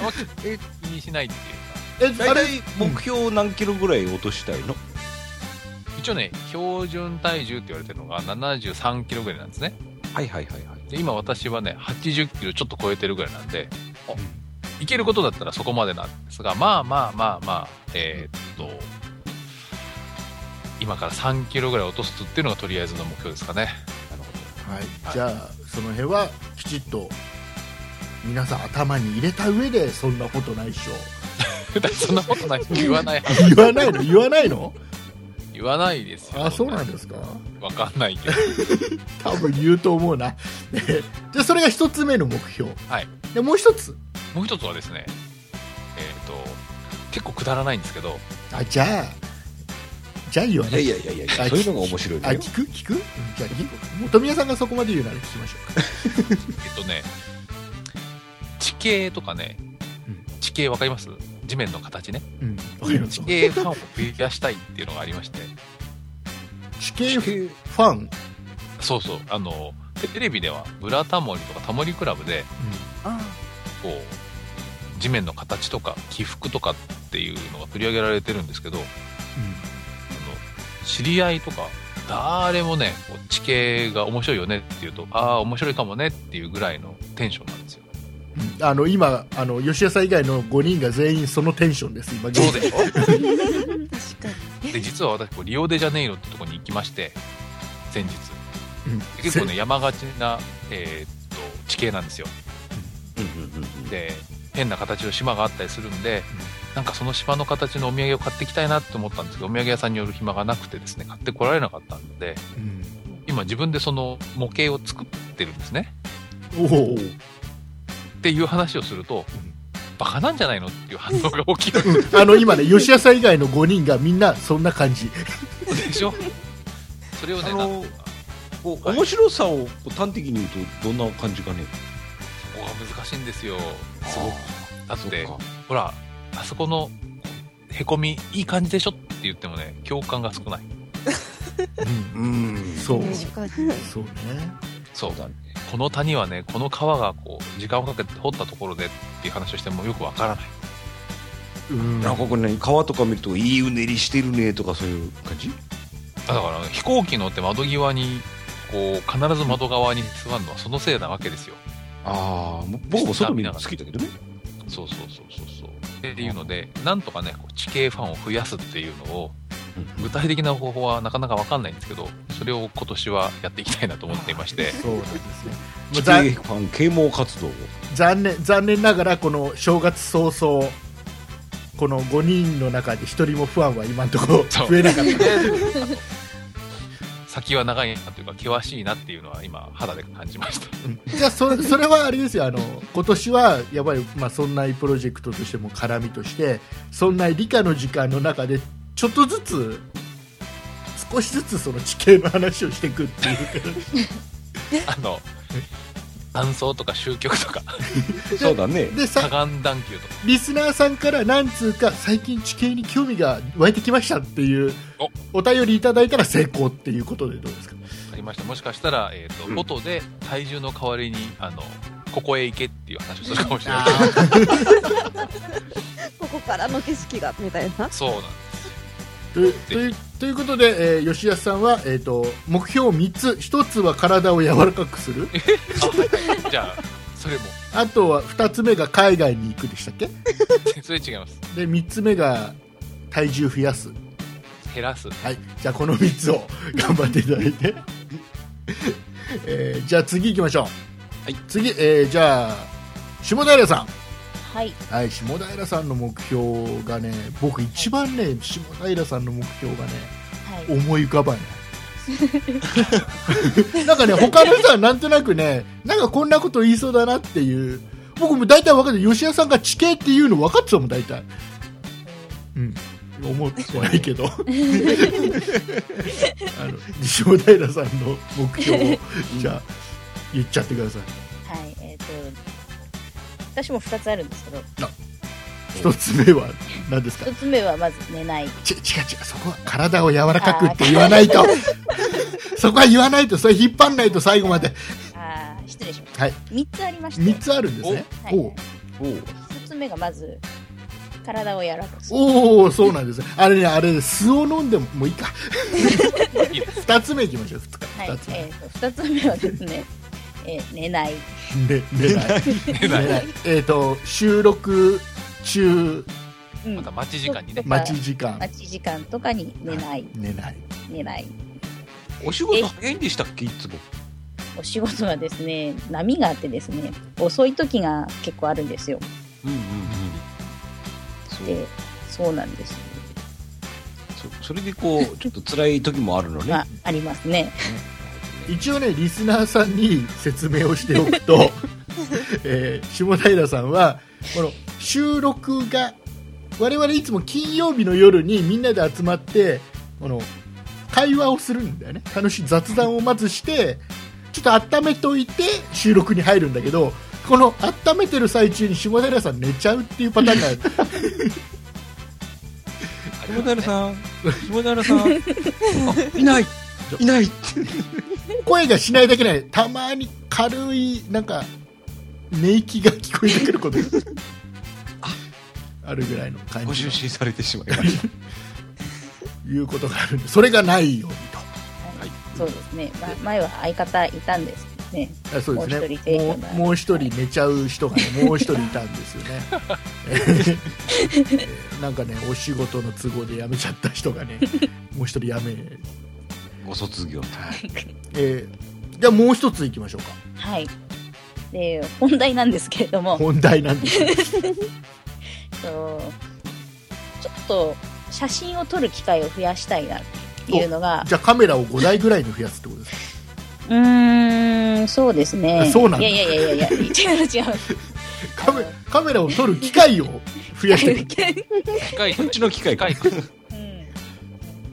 Speaker 3: あんまえ気にしないっていう
Speaker 1: えあ
Speaker 2: 大
Speaker 1: れ
Speaker 2: 体目標何キロぐらい落としたいの、
Speaker 3: か、一応ね、標準体重って言われてるのが73キロぐらいなんですね。
Speaker 2: はいはいはいはい。
Speaker 3: で今私はね80キロちょっと超えてるぐらいなんで、いけることだったらそこまでなんですがまあまあまあまあえーっと今から3キロぐらい落とすっていうのがとりあえずの目標ですかね *laughs*
Speaker 1: はい、じゃあその辺はきちっと皆さん頭に入れた上でそんなことないっ *laughs* しょ
Speaker 3: だってそんなことない言わ *laughs* ない
Speaker 1: 言わないの言わないの
Speaker 3: 言わないですよ
Speaker 1: あそうなんですか
Speaker 3: わかんないけど
Speaker 1: 多分言うと思うな *laughs* でじゃあそれが一つ目の目標、
Speaker 3: はい、
Speaker 1: でもう一つ
Speaker 3: もう一つはですねえーっと結構くだらないんですけど
Speaker 1: あじゃあじゃあ言わない
Speaker 2: いやいやいやいや、そういうのが面白い
Speaker 1: あ
Speaker 2: のよ。
Speaker 1: 聞く聞く、うんじゃあ聞くもう富谷さんがそこまで言うなら聞きましょうか
Speaker 3: えっとね地形とかね
Speaker 1: うん
Speaker 3: 地形わかります地面の形ね
Speaker 1: うんわ
Speaker 3: *laughs*
Speaker 1: かりまし
Speaker 3: 地
Speaker 1: た
Speaker 3: 形ファンを増やしたいっていうのがありまして、
Speaker 1: 地形ファン、
Speaker 3: そうそう、あの、テテレビでは、ブラタモリとかタモリクラブで、こう、地面の形とか起伏とかっていうのが取り上げられてるんですけど、あの知り合いとか、誰もね、こう地形が面白いよねって言うと、ああ、面白いかもねっていうぐらいのテンションなんですよ。
Speaker 1: うんあの今あの吉田さん以外の5人が全員そのテンションです今
Speaker 3: そうでしょ
Speaker 6: 確か
Speaker 3: で実は私こうリオデジャネイロってとこに行きまして先日
Speaker 1: うん
Speaker 3: で結構ね山がちな、えーっと地形なんですよで変な形の島があったりするんで、なんかその島の形のお土産を買ってきたいなって思ったんですけどお土産屋さんに寄る暇がなくてですね買ってこられなかったんで
Speaker 1: うん
Speaker 3: 今自分でその模型を作ってるんですね
Speaker 1: おお
Speaker 3: っていう話をするとバカなんじゃないのっていう反応が大きい
Speaker 1: あの今ね吉田さん以外の5人がみんなそんな感じ
Speaker 3: で *laughs* しょそれをね、
Speaker 2: あ
Speaker 3: な
Speaker 2: の
Speaker 3: んか
Speaker 2: こう
Speaker 3: はい
Speaker 2: 面白さをこう端的に言うとどんな感じかね
Speaker 3: そこが難しいんですよ
Speaker 2: すごく
Speaker 3: だって
Speaker 2: そっか
Speaker 3: ほらあそこのへこみいい感じでしょって言ってもね共感が少ない
Speaker 1: うん
Speaker 2: うん
Speaker 1: そう
Speaker 6: 確か
Speaker 1: そうね
Speaker 3: そう
Speaker 2: だね
Speaker 3: この谷はねこの川がこう時間をかけて掘ったところでっていう話をしてもよくわからない
Speaker 1: うん
Speaker 2: なんかこれね川とか見るといいうねりしてるねとかそういう感じ
Speaker 3: あだから飛行機乗って窓際にこう必ず窓側に座るのはそのせいなわけですよ
Speaker 2: ああ僕も外見るの好きだけどね
Speaker 3: そうそうそうそうそうっていうのでなんとかねこう地形ファンを増やすっていうのを具体的な方法はなかなかわかんないんですけどそれを今年はやっていきたいなと思っていま *laughs* して
Speaker 1: そうなんですねま
Speaker 2: 地
Speaker 1: あざ
Speaker 2: 形ファン啓蒙活動 *laughs* を
Speaker 1: 残念残念ながらこの正月早々この5人の中で1人もファンは今のとこ
Speaker 3: そ
Speaker 1: ろ
Speaker 3: う
Speaker 1: 増えなかった
Speaker 3: *laughs* 先は長いなというか険しいなっていうのは今肌で感じました
Speaker 1: じゃあそそれはあれですよあの今年はやばい、まあ、そんなプロジェクトとしても絡みとしてそんな理科の時間の中でちょっとずつ少しずつその地形の話をしていくっていうか
Speaker 3: あの断層とか終局とか
Speaker 2: そうだね
Speaker 1: で
Speaker 3: 河 *laughs*
Speaker 1: さ
Speaker 3: 岸段丘とか
Speaker 1: リスナーさんから何通か最近地形に興味が湧いてきましたっていうお便りいただいたら成功っていうことでどうですか
Speaker 3: ありましたもしかしたら、えーと
Speaker 2: うん
Speaker 3: フォトで体重の代わりにあのここへ行けっていう話をするかもしれない
Speaker 1: あ
Speaker 5: ここからの景色がみたいな
Speaker 3: そうなん
Speaker 1: ーというというということで、えー吉安さんは、えー、と目標3つ1つは体を柔らかくする
Speaker 3: ですじゃあそれも *laughs*
Speaker 1: あとは2つ目が海外に行くでしたっけ
Speaker 3: それ違います
Speaker 1: で3つ目が体重増やす、
Speaker 3: 減らす
Speaker 1: *laughs* はい、じゃあこの3つを *laughs* 頑張っていただいて、えーじゃあ次行きましょう、
Speaker 2: はい、
Speaker 1: 次、えーじゃあ下平さ
Speaker 4: はい。
Speaker 1: ん、はい、下平さんの目標がね僕一番ね下平さんの目標がね
Speaker 4: はい。
Speaker 1: 思い浮かばない *laughs* なんかね他の人はなんとなくねなんかこんなこと言いそうだなっていう僕も大体分かってる吉田さんが地形っていうの分かってたもん大体うん思ってはないけどあの西尾平さんの目標をじゃあ言っちゃってください
Speaker 4: はい。えっ、と、私も2つあるんですけど、
Speaker 1: 一つ目は何ですか
Speaker 4: 1つ目はまず寝ない。
Speaker 1: ち違う違うそこは体を柔らかくって言わないと *laughs* そこは言わないとそれ引っ張んないと最後まで
Speaker 4: ああ、失礼しました。
Speaker 1: はい
Speaker 4: 3つありまして、
Speaker 1: 3つあるんですね
Speaker 4: はい
Speaker 1: おう
Speaker 2: おう
Speaker 4: 1つ目がまず、体を柔らかくする。
Speaker 1: おおそうなんですねあれねあれ酢を飲んでももういい
Speaker 4: *laughs*
Speaker 1: か
Speaker 3: いいで
Speaker 1: 二つ目いきましょう二つ
Speaker 4: はい。
Speaker 1: 二つ目、
Speaker 4: えっ、と、2つ目はですね、 *laughs* えー寝ない。
Speaker 1: ね寝ない
Speaker 3: 寝ない
Speaker 1: 寝ないえっ、と収録中
Speaker 4: うん
Speaker 3: また待ち時間にね
Speaker 1: 待ち時間
Speaker 4: 待ち時間とかに寝ない、
Speaker 1: 寝ない
Speaker 4: 寝ない。
Speaker 2: お仕事早いんでしたっけいつも
Speaker 4: お仕事はですね、波があってですね、遅い時が結構あるんですよ。
Speaker 2: うんうんうん
Speaker 4: で、そうなんです。
Speaker 2: そそれでこ *laughs* うちょっと辛い時もあるのね
Speaker 4: まあ、ありますね。
Speaker 1: 一応ねリスナーさんに説明をしておくと、えー下平さんはこの収録が我々いつも金曜日の夜にみんなで集まってこの会話をするんだよね楽しい雑談をまずしてちょっと温めといて収録に入るんだけどこの温めてる最中に下平さん寝ちゃうっていうパターンがある
Speaker 2: 下平さ *laughs* ん下平さんあい *laughs* ないいない
Speaker 1: 声がしないだけでたまに軽いなんか寝息が聞こえてくることがあるぐらいの感
Speaker 2: ご
Speaker 1: じ
Speaker 2: 就
Speaker 1: の
Speaker 2: 寝されてしまいました
Speaker 1: いうことがあるんでそれがないように
Speaker 4: はい、そうですね、ま、前は相方いたんですけどね、
Speaker 1: とあそうです
Speaker 4: もう一
Speaker 1: ね
Speaker 4: 人
Speaker 1: もうもう一人寝ちゃう人が、ね、
Speaker 4: *laughs*
Speaker 1: もう一人いたんですよねえーなんかねお仕事の都合で辞めちゃった人がねもう一人辞め、
Speaker 2: *laughs* ご卒業
Speaker 1: えーじゃあもう一ついきましょうか
Speaker 4: はい。で、本題なんですけれども、えっ
Speaker 1: 本題なんですけど
Speaker 4: とちょっと写真を撮る機会を増やしたいなっていうのが、
Speaker 1: じゃあカメラを5台ぐらいに増やすってことですか
Speaker 4: うーん、そうですね。
Speaker 1: あそうなんだ
Speaker 4: いやいやいやいやいや、違う違う。
Speaker 1: カメ
Speaker 4: あ
Speaker 1: カメラを撮る機会を増やしていく
Speaker 3: 機械
Speaker 2: こっちの機械か
Speaker 3: 機械
Speaker 4: うん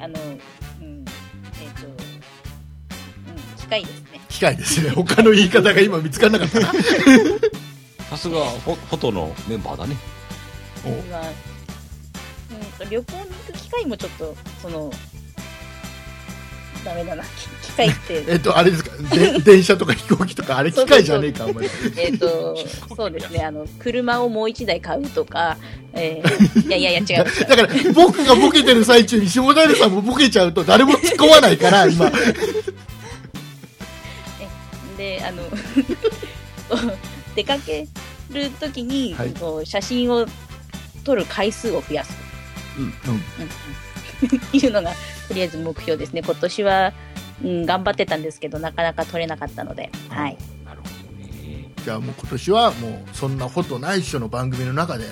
Speaker 4: あの、うん、えっ、と、うん、近いですね。
Speaker 1: 機会ですね他の言い方が今見つからなかったな
Speaker 2: さすがフォフォトのメンバーだね
Speaker 1: お
Speaker 4: 今、うんと、旅行に行く機会もちょっと、その、ダメだな、き機会って、
Speaker 1: *laughs* えっとあれですかで電車とか飛行機とかあれ機械じゃねえかお前
Speaker 4: えっと、そうですね、あの、車をもう一台買うとか、えー、いやいやいや、違う。
Speaker 1: だから僕がボケてる最中に下平さんもボケちゃうと誰も突っ込まないから今
Speaker 4: で、あの、 *laughs* 出かけるときに、
Speaker 1: はい
Speaker 4: こう写真を撮る回数を増やす。
Speaker 1: うんうん
Speaker 4: っていうのがとりあえず目標ですね今年は、うん、頑張ってたんですけどなかなか取れなかったので、はい、
Speaker 2: なるほどね
Speaker 1: じゃあもう今年はもうそんなことないっしょの番組の中で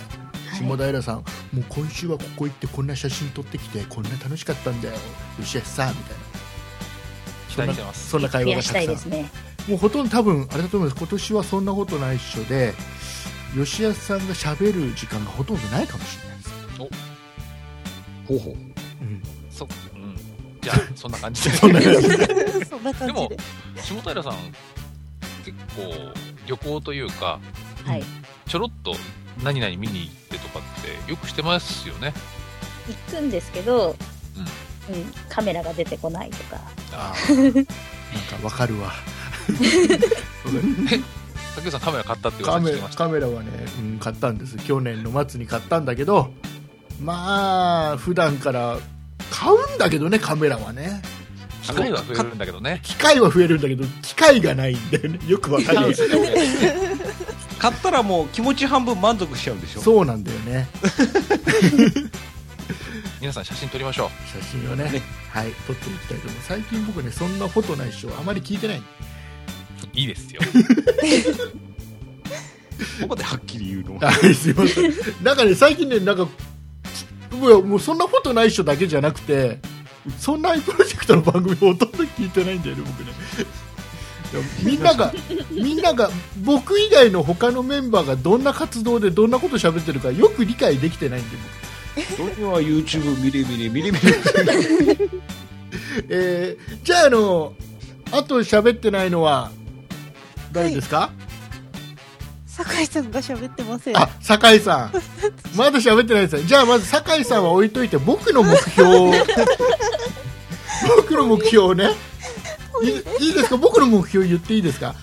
Speaker 1: 下平さん、もう今週はここ行ってこんな写真撮ってきてこんな楽しかったんだよ吉安さんみたいな
Speaker 3: 期待してます
Speaker 1: そんな会
Speaker 4: 増
Speaker 1: 話
Speaker 4: や
Speaker 1: が
Speaker 4: したた
Speaker 1: く
Speaker 4: い
Speaker 1: さ
Speaker 4: で
Speaker 1: ん
Speaker 4: すね
Speaker 1: もうほとんど多分あれだと思います今年はそんなことないっしょで吉安さんが喋る時間がほとんどないかもしれないです、
Speaker 2: ほうほう
Speaker 3: そうんじゃあそんな感じ
Speaker 1: *laughs*
Speaker 3: で
Speaker 1: そんな感じ
Speaker 6: *laughs* そんな
Speaker 3: で
Speaker 6: 感じ
Speaker 3: も
Speaker 6: で。
Speaker 3: 下平さん結構旅行というか
Speaker 4: はい
Speaker 3: ちょろっと何々見に行ってとかってよくしてますよね
Speaker 4: 行くんですけど、うんカメラが出てこないとか
Speaker 1: なんかわかるわ
Speaker 3: 竹内さんカメラ買ったって
Speaker 1: カ
Speaker 3: 噂
Speaker 1: メ
Speaker 3: 聞きました
Speaker 1: カメラはね、うん、買ったんです去年の末に買ったんだけどまあ普段から買うんだけどねカメラはね
Speaker 3: 機械は増えるんだけどね
Speaker 1: 機械は増えるんだけど機械がないんだよね *laughs* よくわかんない
Speaker 2: 買ったらもう気持ち半分満足しちゃうんでしょ
Speaker 1: そうなんだよね
Speaker 3: 皆さん写真撮りましょう
Speaker 1: 写真をね
Speaker 2: ね
Speaker 1: はい撮っていきたいと思います最近僕ねそんなことないっしょあまり聞いてない
Speaker 3: いいですよ *laughs*
Speaker 2: ここではっきり言うのは
Speaker 1: はい、すいません。なんかね、最近ね、なんか、もうもうそんなことないっしょだけじゃなくて、そんなプロジェクトの番組をほとんど聞いてないんだよね、僕ね。いやみんなが、みんなが、僕以外の他のメンバーがどんな活動でどんなこと喋ってるかよく理解できてないんで、
Speaker 2: どれは YouTube 見れ見れ見れ見れ
Speaker 1: 僕。えーじゃあ、あの、あと喋ってないのは、誰ですか、
Speaker 6: 酒井さんが喋ってません。
Speaker 1: あ、酒井さん。まだ喋ってないですね。じゃあまず酒井さんは置いといて、僕の目標を。僕の目標をね。いいいですか僕の目標言っていいですか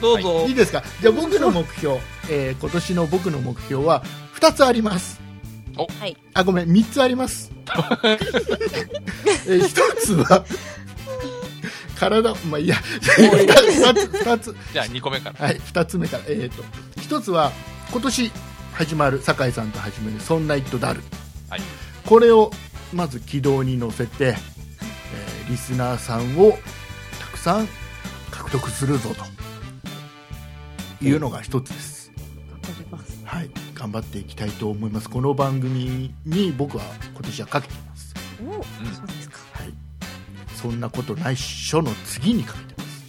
Speaker 2: どうぞ、
Speaker 1: いいですかじゃあ僕の目標、えー今年の僕の目標は2つあります
Speaker 4: はい
Speaker 1: あごめん3つありますえー、1つは体まあいいや2つ2つ
Speaker 3: じゃあ2個目から
Speaker 1: はい、2つ目から、えー、と1つは今年始まる酒井さんと始める「そんな一途だる」
Speaker 3: はい
Speaker 1: これをまず軌道に乗せて、えーリスナーさんをたくさん獲得するぞというのが1つです、
Speaker 6: わかります。
Speaker 1: はい、頑張っていきたいと思いますこの番組に僕は今年はかけています、
Speaker 6: お
Speaker 3: ん
Speaker 6: お、そうですか。
Speaker 1: はい、そんなことないっしょの次にかけてます、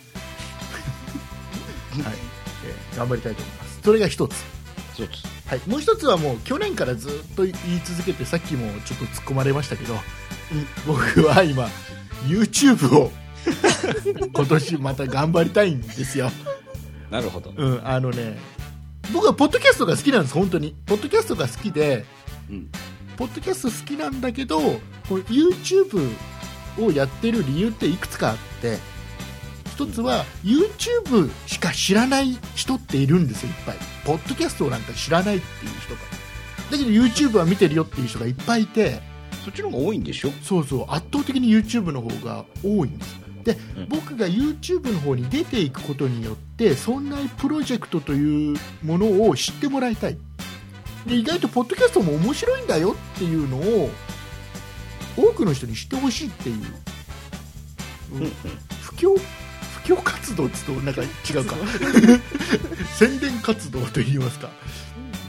Speaker 1: はいえー頑張りたいと思いますそれが1つ
Speaker 2: 一つ
Speaker 1: はい、もう一つはもう去年からずっと言い続けてさっきもちょっと突っ込まれましたけど、僕は今 YouTube を今年また頑張りたいんですよ、
Speaker 2: なるほど、
Speaker 1: うん、あのね僕はポッドキャストが好きなんです本当にポッドキャストが好きで
Speaker 2: うん、
Speaker 1: ポッドキャスト好きなんだけどこの YouTube をやってる理由っていくつかあって一つは YouTube しか知らない人っているんですよいっぱいポッドキャストをなんか知らないっていう人がだけど YouTube は見てるよっていう人がいっぱいいて
Speaker 2: そっちの方が多いんでしょ
Speaker 1: そうそう圧倒的に YouTube の方が多いんですで、
Speaker 2: うん
Speaker 1: 僕が YouTube の方に出ていくことによってそんなプロジェクトというものを知ってもらいたいで意外とポッドキャストも面白いんだよっていうのを多くの人に知ってほしいっていう、うん
Speaker 2: うんうん
Speaker 1: 布教布教活動って言うとなんか違 *laughs* うか宣伝活動といいますか、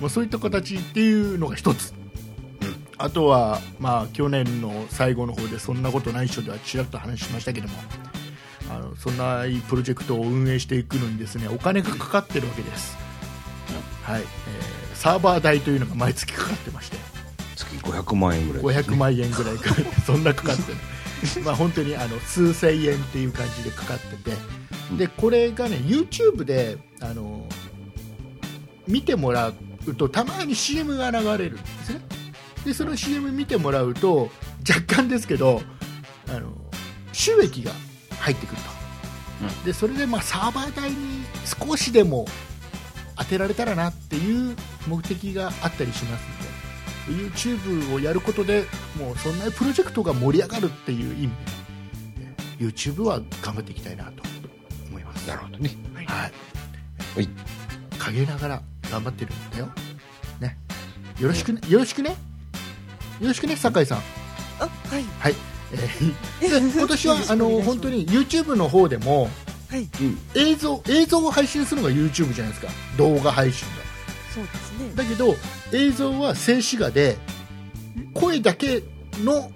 Speaker 1: まあ、そういった形っていうのが一つ、あとは、まあ、去年の最後の方で「そんなことないっしょ」ではちらっと話しましたけどもあのそんなプロジェクトを運営していくのにですねお金がかかってるわけです、はいえーサーバー代というのが毎月かかってまして
Speaker 2: 月500万円ぐらいですね、
Speaker 1: 500万円ぐらいかかってそんなかかってるまあ本当にあの数千円っていう感じでかかっててでこれがね YouTube であの見てもらうとたまに CM が流れるんですねでその CM 見てもらうと若干ですけどあの収益が入ってくると、でそれでまあサーバー代に少しでも当てられたらなっていう目的があったりしますので YouTube をやることでもうそんなプロジェクトが盛り上がるっていう意味で YouTube は頑張っていきたいなと思います
Speaker 2: なるほどね
Speaker 1: はい、
Speaker 2: はい、
Speaker 1: 陰ながら頑張ってるんだよ、ね、よろしくねよろしくねよろしくね酒井さん
Speaker 6: あはい
Speaker 1: え
Speaker 6: *laughs*
Speaker 1: ーで今年は
Speaker 6: よろしく
Speaker 1: あ
Speaker 6: お願い
Speaker 1: の
Speaker 6: します
Speaker 1: 本当に YouTube の方でも、
Speaker 6: はい
Speaker 2: うん
Speaker 1: 映像映像を配信するのが YouTube じゃないですか動画配信
Speaker 6: そうですね
Speaker 1: がだけど映像は静止画で声だけの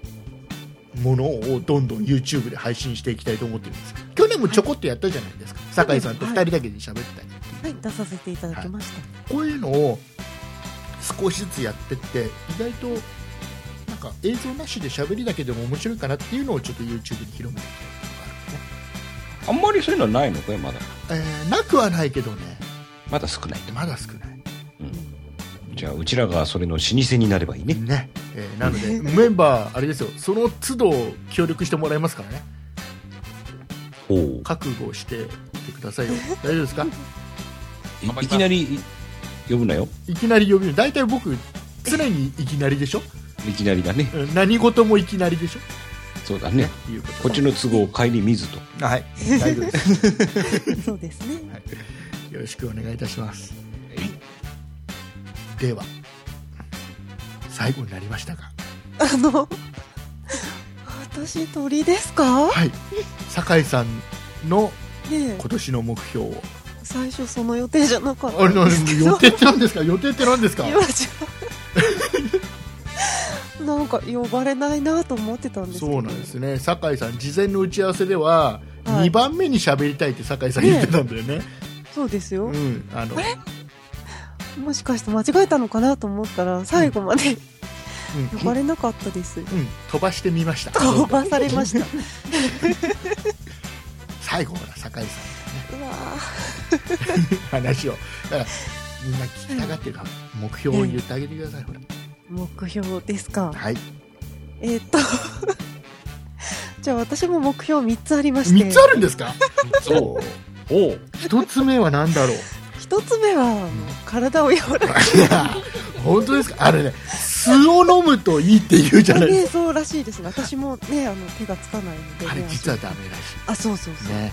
Speaker 1: ものをどんどん YouTube で配信していきたいと思ってるんです去年もちょこっとやったじゃないですか、酒井さんと2人だけで喋ったり、
Speaker 6: はい出させていただきました、
Speaker 1: こういうのを少しずつやってって意外となんか映像なしで喋りだけでも面白いかなっていうのをちょっと YouTube に広めていきたいところがあるんですね
Speaker 2: あんまりそういうのはないのかいまだ
Speaker 1: えーなくはないけどね
Speaker 2: まだ少ない
Speaker 1: まだ少ない
Speaker 2: じゃあうちらがそれの老舗になればいいね
Speaker 1: ね、えーなの *laughs* でメンバーあれですよその都度協力してもらえますからね
Speaker 2: おお
Speaker 1: 覚悟しててくださいよ大丈夫ですか
Speaker 3: 頑張ります
Speaker 2: いきなり呼ぶなよ
Speaker 1: いきなり呼び大体僕常にいきなりでしょ
Speaker 2: いきなりだね
Speaker 1: うん何事もいきなりでしょ
Speaker 2: そうだね
Speaker 1: いうこと
Speaker 2: こっちの都合を顧みずと
Speaker 1: はい大丈夫です
Speaker 6: そうですね
Speaker 1: *laughs* よろしくお願いいたしますでは最後になりましたが
Speaker 6: あの私鳥ですかね
Speaker 1: はい酒井さんの
Speaker 6: え
Speaker 1: 今年の目標を
Speaker 6: 最初その予定じゃなかっ
Speaker 1: あ
Speaker 6: た
Speaker 1: れ
Speaker 6: ん
Speaker 1: な
Speaker 6: ですけど
Speaker 1: 予
Speaker 6: *laughs*
Speaker 1: 定って何ですか予定って何ですか
Speaker 6: 今じゃなんか呼ばれないなと思ってたんですけど
Speaker 1: そうなんですね酒井さん事前の打ち合わせでは、
Speaker 6: はい
Speaker 1: 2番目に喋りたいって酒井さん言ってたんだよね、
Speaker 6: そうですよ
Speaker 1: う、ん、あの
Speaker 6: あれもしかして間違えたのかなと思ったら最後まで、
Speaker 1: うん
Speaker 6: 呼ばれなかったです
Speaker 1: うん、飛ばしてみました
Speaker 6: *laughs* 飛ばされましたう
Speaker 1: 最後は酒井さ
Speaker 6: わ
Speaker 1: んの話をだからみんな聞きたがってるから目標を言ってあげてください、ほら
Speaker 6: ー目標ですか
Speaker 1: はい
Speaker 6: えーっと *laughs* じゃあ私も目標3つありまして
Speaker 1: 3つあるんですか
Speaker 2: そうおお
Speaker 1: 1つ目は何だろう *laughs*
Speaker 6: 1つ目はあの体を柔らか
Speaker 1: いや本当ですかあれね酢を飲むといいって言う *laughs* じゃない
Speaker 6: く
Speaker 1: です
Speaker 6: ねそうらしいですね私もねあの手がつかないので、
Speaker 1: か
Speaker 6: ね、
Speaker 1: あれ実はダメらし
Speaker 6: あそうそうそ、
Speaker 1: いうね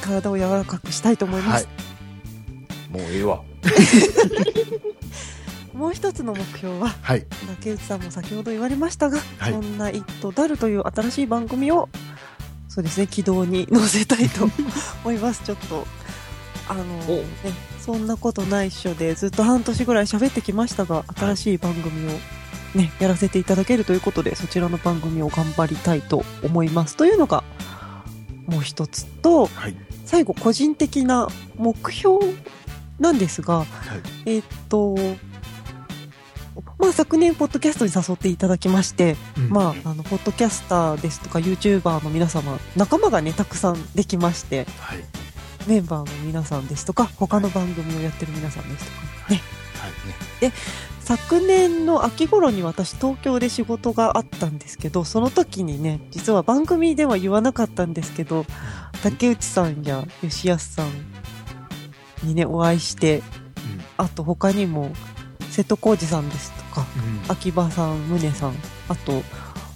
Speaker 6: 体を柔らかくしたいと思います、
Speaker 2: もうええわ
Speaker 6: *laughs* もう一つの目標は
Speaker 1: はい
Speaker 6: 竹内さんも先ほど言われましたが「
Speaker 1: はい
Speaker 6: そんな一途だる」という新しい番組をそうですね軌道に乗せたいと思
Speaker 1: *laughs*
Speaker 6: いますちょっとあのねそんなことないっしょでずっと半年ぐらい喋ってきましたが新しい番組をねやらせていただけるということでそちらの番組を頑張りたいと思いますというのがもう一つと、
Speaker 1: はい
Speaker 6: 最後個人的な目標なんですが、えーっとまあ昨年ポッドキャストに誘っていただきまして、
Speaker 1: うん
Speaker 6: まああのポッドキャスターですとか YouTuber の皆様仲間がねたくさんできまして
Speaker 1: はい
Speaker 6: メンバーの皆さんですとか他の番組をやってる皆さんですとかね
Speaker 1: はい
Speaker 6: 昨年の秋頃に私東京で仕事があったんですけどその時にね実は番組では言わなかったんですけど竹内さんや吉安さんにねお会いしてあと他にも瀬戸康史さんですとか
Speaker 1: うんうん
Speaker 6: 秋葉さん宗さんあと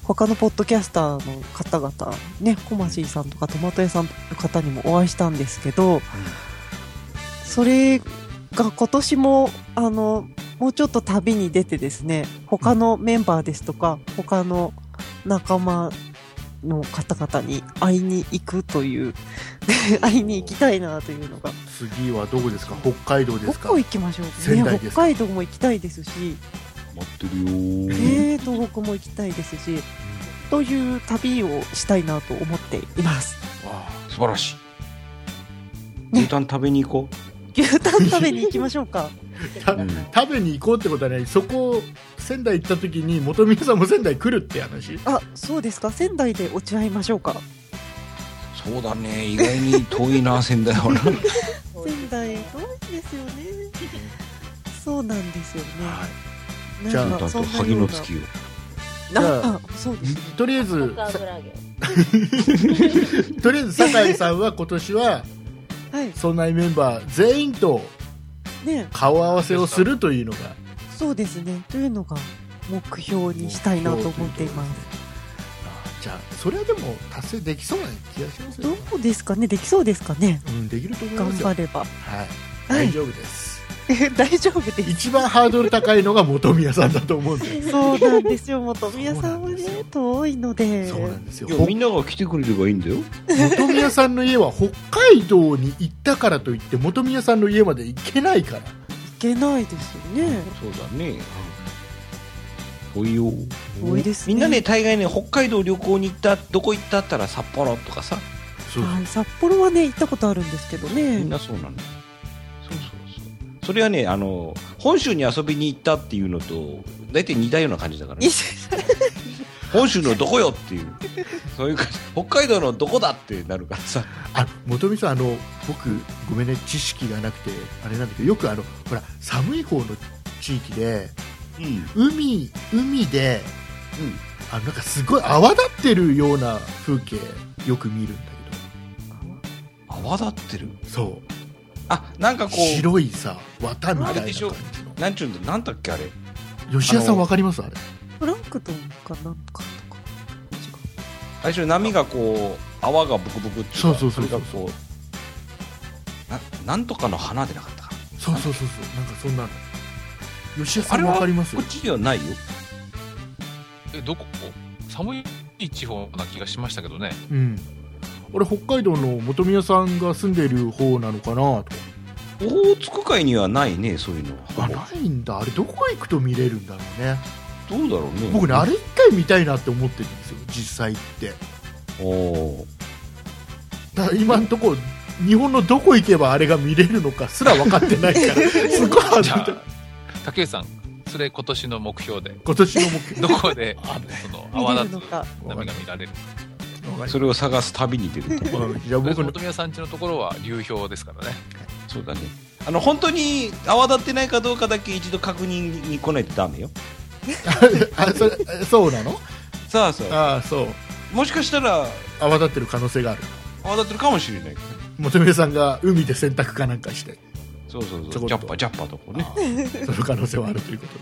Speaker 6: 他のポッドキャスターの方々ねコマシーさんとかトマト屋さんの方にもお会いしたんですけど、それが今年もあのもうちょっと旅に出てですね他のメンバーですとか他の仲間の方々に会いに行くという *laughs* 会いに行きたいなというのが
Speaker 1: 次はどこですか北海道です
Speaker 6: ど
Speaker 1: か
Speaker 6: こ行きましょう
Speaker 1: 仙台で
Speaker 6: ね北
Speaker 1: すか
Speaker 6: 海道も行きたいですし
Speaker 2: 待ってるよー
Speaker 6: ねえ東北も行きたいですし、という旅をしたいなと思っています。
Speaker 1: わ
Speaker 2: 素晴らしい牛タン食べに行こう
Speaker 6: *laughs* 牛タン食べに行きましょうか。
Speaker 1: うん食べに行こうってことはねそこ仙台行った時に元宮さんも仙台来るって話
Speaker 6: あそうですか仙台で落ち合いましょうか
Speaker 2: そうだね意外に遠いな仙台 *laughs* はな
Speaker 6: 仙台遠いですよねそうなんですよね
Speaker 2: は
Speaker 1: じゃあ
Speaker 6: なん
Speaker 2: あ
Speaker 6: か
Speaker 2: と
Speaker 6: そんな
Speaker 2: 萩
Speaker 6: ような
Speaker 2: の月を
Speaker 6: なんかそうですね
Speaker 1: とりあえず
Speaker 4: 僕は油揚げ
Speaker 1: とりあえず酒井さんは今年は
Speaker 6: はい
Speaker 1: そんなメンバー全員と
Speaker 6: ね
Speaker 1: 顔合わせをするというのが
Speaker 6: そうですねというのが目標にしたいなと思っています
Speaker 1: じゃあそれはでも達成できそうな気がしますよ、
Speaker 6: どうですかねできそうですかね
Speaker 1: うん、できると思い
Speaker 6: 頑
Speaker 1: ますよ
Speaker 6: 張れば
Speaker 1: はい、
Speaker 6: はい
Speaker 1: 大丈夫です
Speaker 6: *laughs* 大丈夫です
Speaker 1: 一番ハードル高いのが元宮さんだと思うん
Speaker 6: *laughs*
Speaker 1: で
Speaker 6: そうなんですよ元宮さんは
Speaker 1: そうなんです
Speaker 6: ね
Speaker 1: よ
Speaker 6: 遠いので
Speaker 1: そうなんですよ
Speaker 2: いやみんなが来てくれればいいんだよ
Speaker 1: 元宮さんの家は北海道に行ったからといって元宮さんの家まで行けないから
Speaker 6: 行けないですよね
Speaker 2: そうだね遠いよ
Speaker 6: 遠いですね
Speaker 2: みんなね大概ね北海道旅行に行ったどこ行ったったら札幌とかさ
Speaker 1: そう
Speaker 6: はい札幌はね行ったことあるんですけど
Speaker 2: みん
Speaker 6: ね
Speaker 2: なそうなんだそうそうそうそれはねあの本州に遊びに行ったっていうのと大体似たような感じだから、ね、本州のどこよっていうそういう感じ北海道のどこだってなるからさ
Speaker 1: あ元美さんあの僕ごめんね知識がなくてあれなんだけどよくあのほら寒い方の地域で
Speaker 2: うんうん
Speaker 1: 海海であのなんかすごい泡立ってるような風景よく見るんだ
Speaker 2: 泡立ってる
Speaker 1: けどそう
Speaker 2: あなんかこう
Speaker 1: 白いさ綿みたいな
Speaker 2: あれ
Speaker 1: 感
Speaker 2: で
Speaker 1: じ
Speaker 2: しょなんちゅうんだなんだっけあれ
Speaker 1: の吉田さ
Speaker 2: あ
Speaker 1: ん
Speaker 2: の
Speaker 1: わかりますあれ
Speaker 6: プランクトンかなんかとか
Speaker 2: 最初波がこう泡がブクブクっていか
Speaker 1: そうそうそう
Speaker 2: れがこうななんとかの花でなかったかな
Speaker 1: そうそうそうそうなんかそんなの吉田さ
Speaker 2: あ
Speaker 1: ん
Speaker 2: れは
Speaker 1: わかります
Speaker 2: こっちではないよ
Speaker 3: えどこ寒い地方な気がしましたけどね
Speaker 1: うんあれ北海道の本宮さんが住んでる方なのかなと
Speaker 2: オホーツク海にはないねそういうの
Speaker 1: あないんだあれどこ行くと見れるんだろうね
Speaker 2: どうだろうね
Speaker 1: 僕ねあれ一回見たいなって思ってるんですよ実際行って
Speaker 2: おお
Speaker 1: ただ今のところ日本のどこ行けばあれが見れるのかすら分かってないから
Speaker 3: *laughs*
Speaker 1: すごい恥
Speaker 3: じ
Speaker 1: ず
Speaker 3: ゃ
Speaker 1: かしい
Speaker 3: あ竹内さんそれ今年の目標で
Speaker 1: 今年の目標
Speaker 3: どこでその泡
Speaker 6: 見れる
Speaker 3: 立
Speaker 6: の
Speaker 3: つ
Speaker 6: か
Speaker 3: 波が見られる
Speaker 2: それを探す旅に
Speaker 1: *laughs*
Speaker 2: 出ると
Speaker 1: じゃあ
Speaker 3: とりあえず
Speaker 1: 僕の
Speaker 3: 本宮さん家のところは流氷ですからね
Speaker 2: そうだねあの本当に泡立ってないかどうかだけ一度確認に来ないとダメよ
Speaker 1: あそれそうなの
Speaker 2: さあさ
Speaker 1: ああそう
Speaker 2: あもしかしたら
Speaker 1: 泡立ってる可能性がある
Speaker 2: 泡立ってるかもしれないけどね
Speaker 1: 元宮さんが海で洗濯かなんかして
Speaker 2: そうそう
Speaker 1: ちょ
Speaker 2: そ
Speaker 1: こ
Speaker 2: う
Speaker 1: っと
Speaker 2: ジャッパジャッパとかね
Speaker 1: その可能性はあるということ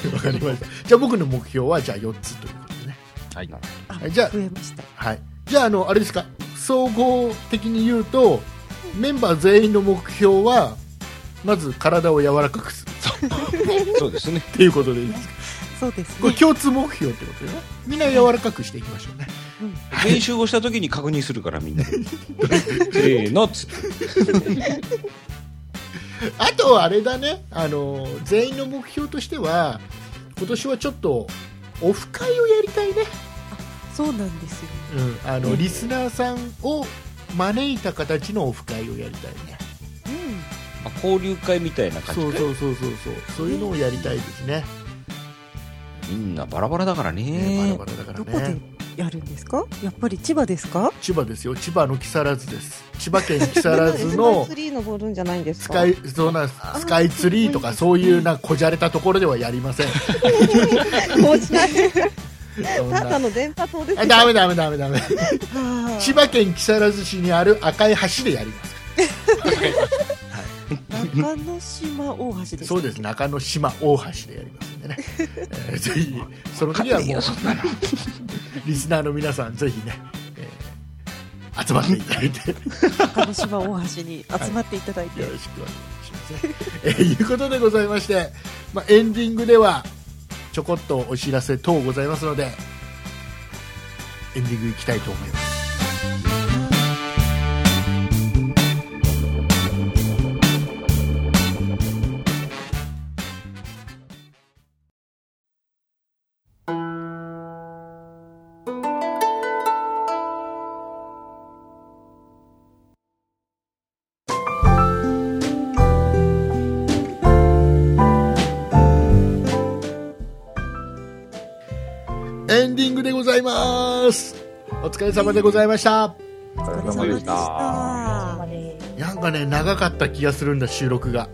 Speaker 1: で
Speaker 2: は
Speaker 1: わかりました。じゃあ僕の目標はじゃあ4つということでね。
Speaker 3: はい
Speaker 1: はい、じゃあ、
Speaker 6: 増えました
Speaker 1: はい。じゃあ、あの、あれですか、総合的に言うと、メンバー全員の目標は、まず体を柔らかくする
Speaker 2: あそうですね
Speaker 1: っていうことでいいですか。
Speaker 6: そうです
Speaker 1: これ
Speaker 6: ね
Speaker 1: 共通目標ってことでね。みんな柔らかくしていきましょうね。
Speaker 2: 全員集合した時に確認するからみん
Speaker 1: *laughs*
Speaker 2: なでせーのっつって
Speaker 1: あとはあれだね、あの、全員の目標としては、今年はちょっと、オフ会をやりたいね。
Speaker 6: そうなんですよ
Speaker 1: うん。あの、リスナーさんを招いた形のオフ会をやりたいね。
Speaker 2: まあ交流会みたいな感じ
Speaker 1: そうそうそうそうそうそういうのをやりたいですね、
Speaker 2: みんなバラバラだから
Speaker 1: ね
Speaker 2: ね
Speaker 1: バラバラ
Speaker 6: ど
Speaker 1: だ
Speaker 6: こ
Speaker 1: から
Speaker 6: で
Speaker 1: ね
Speaker 6: やるんですかやっぱり千葉ですか
Speaker 1: 千葉ですよ千葉の木更津です千葉県木更津の
Speaker 5: スカイツリー登るんじゃないんです
Speaker 1: ス
Speaker 5: か
Speaker 1: カイそうなんスカイツリーとかそういうなこじゃれたところではやりません
Speaker 5: も
Speaker 1: *laughs*
Speaker 5: ちない
Speaker 1: そん
Speaker 5: ただ
Speaker 1: な
Speaker 5: の電波塔です
Speaker 1: あ
Speaker 5: よ
Speaker 1: ダメダメダメダメ
Speaker 6: あ
Speaker 1: 千葉県木更津市にある赤い橋でやります
Speaker 6: ー中之島大橋です
Speaker 1: そうです中之島大橋でやりますんでね、えーぜひその時はもうリスナーの皆さんぜひね、えー集まっていただいて
Speaker 6: 中之島大橋に集まっていただいて
Speaker 1: よろしくお願いします、ね。えーいうことでございまして、まあ、エンディングではちょこっとお知らせ等ございますのでエンディングいきたいと思います。ますお疲れ様でございました
Speaker 2: お
Speaker 6: お
Speaker 2: 疲
Speaker 6: 疲れ様でした。は
Speaker 1: *laughs* なんかね長かった気がするんだ収録が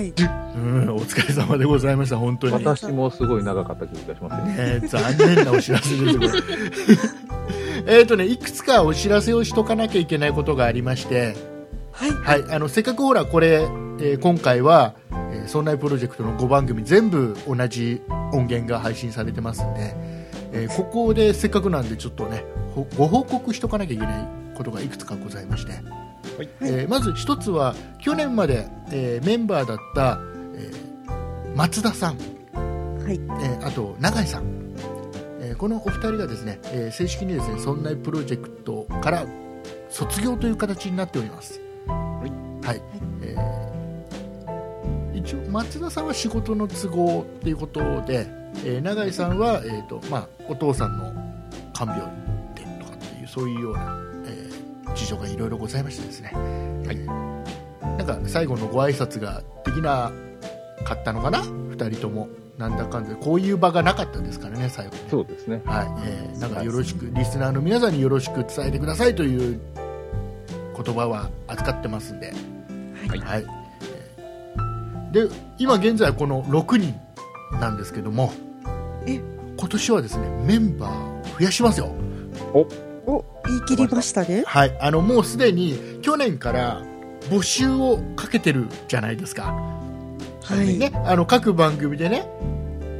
Speaker 6: い。
Speaker 1: うんお疲れ様でございました本当に、ね、
Speaker 7: *laughs* 私もすごい長かった気がしますね。
Speaker 1: 残念なお知らせですこれえっとねいくつかお知らせをしとかなきゃいけないことがありまして
Speaker 6: はい。
Speaker 1: はい、あのせっかくほらこれ、えー今回は「えー、そんなプロジェクト」の5番組全部同じ音源が配信されてますんで、えーここでせっかくなんでちょっとねほご報告しとかなきゃいけないことがいくつかございまして、
Speaker 2: い
Speaker 1: えーまず一つは去年まで、えーメンバーだった、えー松田さん、
Speaker 6: はい
Speaker 1: えーあと永井さん、えーこのお二人がですね、えー正式にですね「そんなプロジェクト」から卒業という形になっております。はい、えー一応松田さんは仕事の都合っていうことで、えー永井さんは、えーとまあ、お父さんの看病でとかっていうそういうような、えー事情がいろいろございましてですね、
Speaker 3: はい
Speaker 1: えーなんか最後のご挨拶ができなかったのかな2人ともなんだかんだこういう場がなかったんですからね最後ね
Speaker 7: そうですね。
Speaker 1: はいえーなんかよろしくリスナーの皆さんによろしく伝えてくださいという言葉は扱ってますんで、
Speaker 3: はい
Speaker 1: はいえーで今現在この6人なんですけども
Speaker 6: え
Speaker 1: 今年はですねメンバーを増やしますよ
Speaker 6: お、言い切りましたね。
Speaker 1: はいあのもうすでに去年から募集をかけてるじゃないですか
Speaker 6: はい。
Speaker 1: ね、あの各番組でね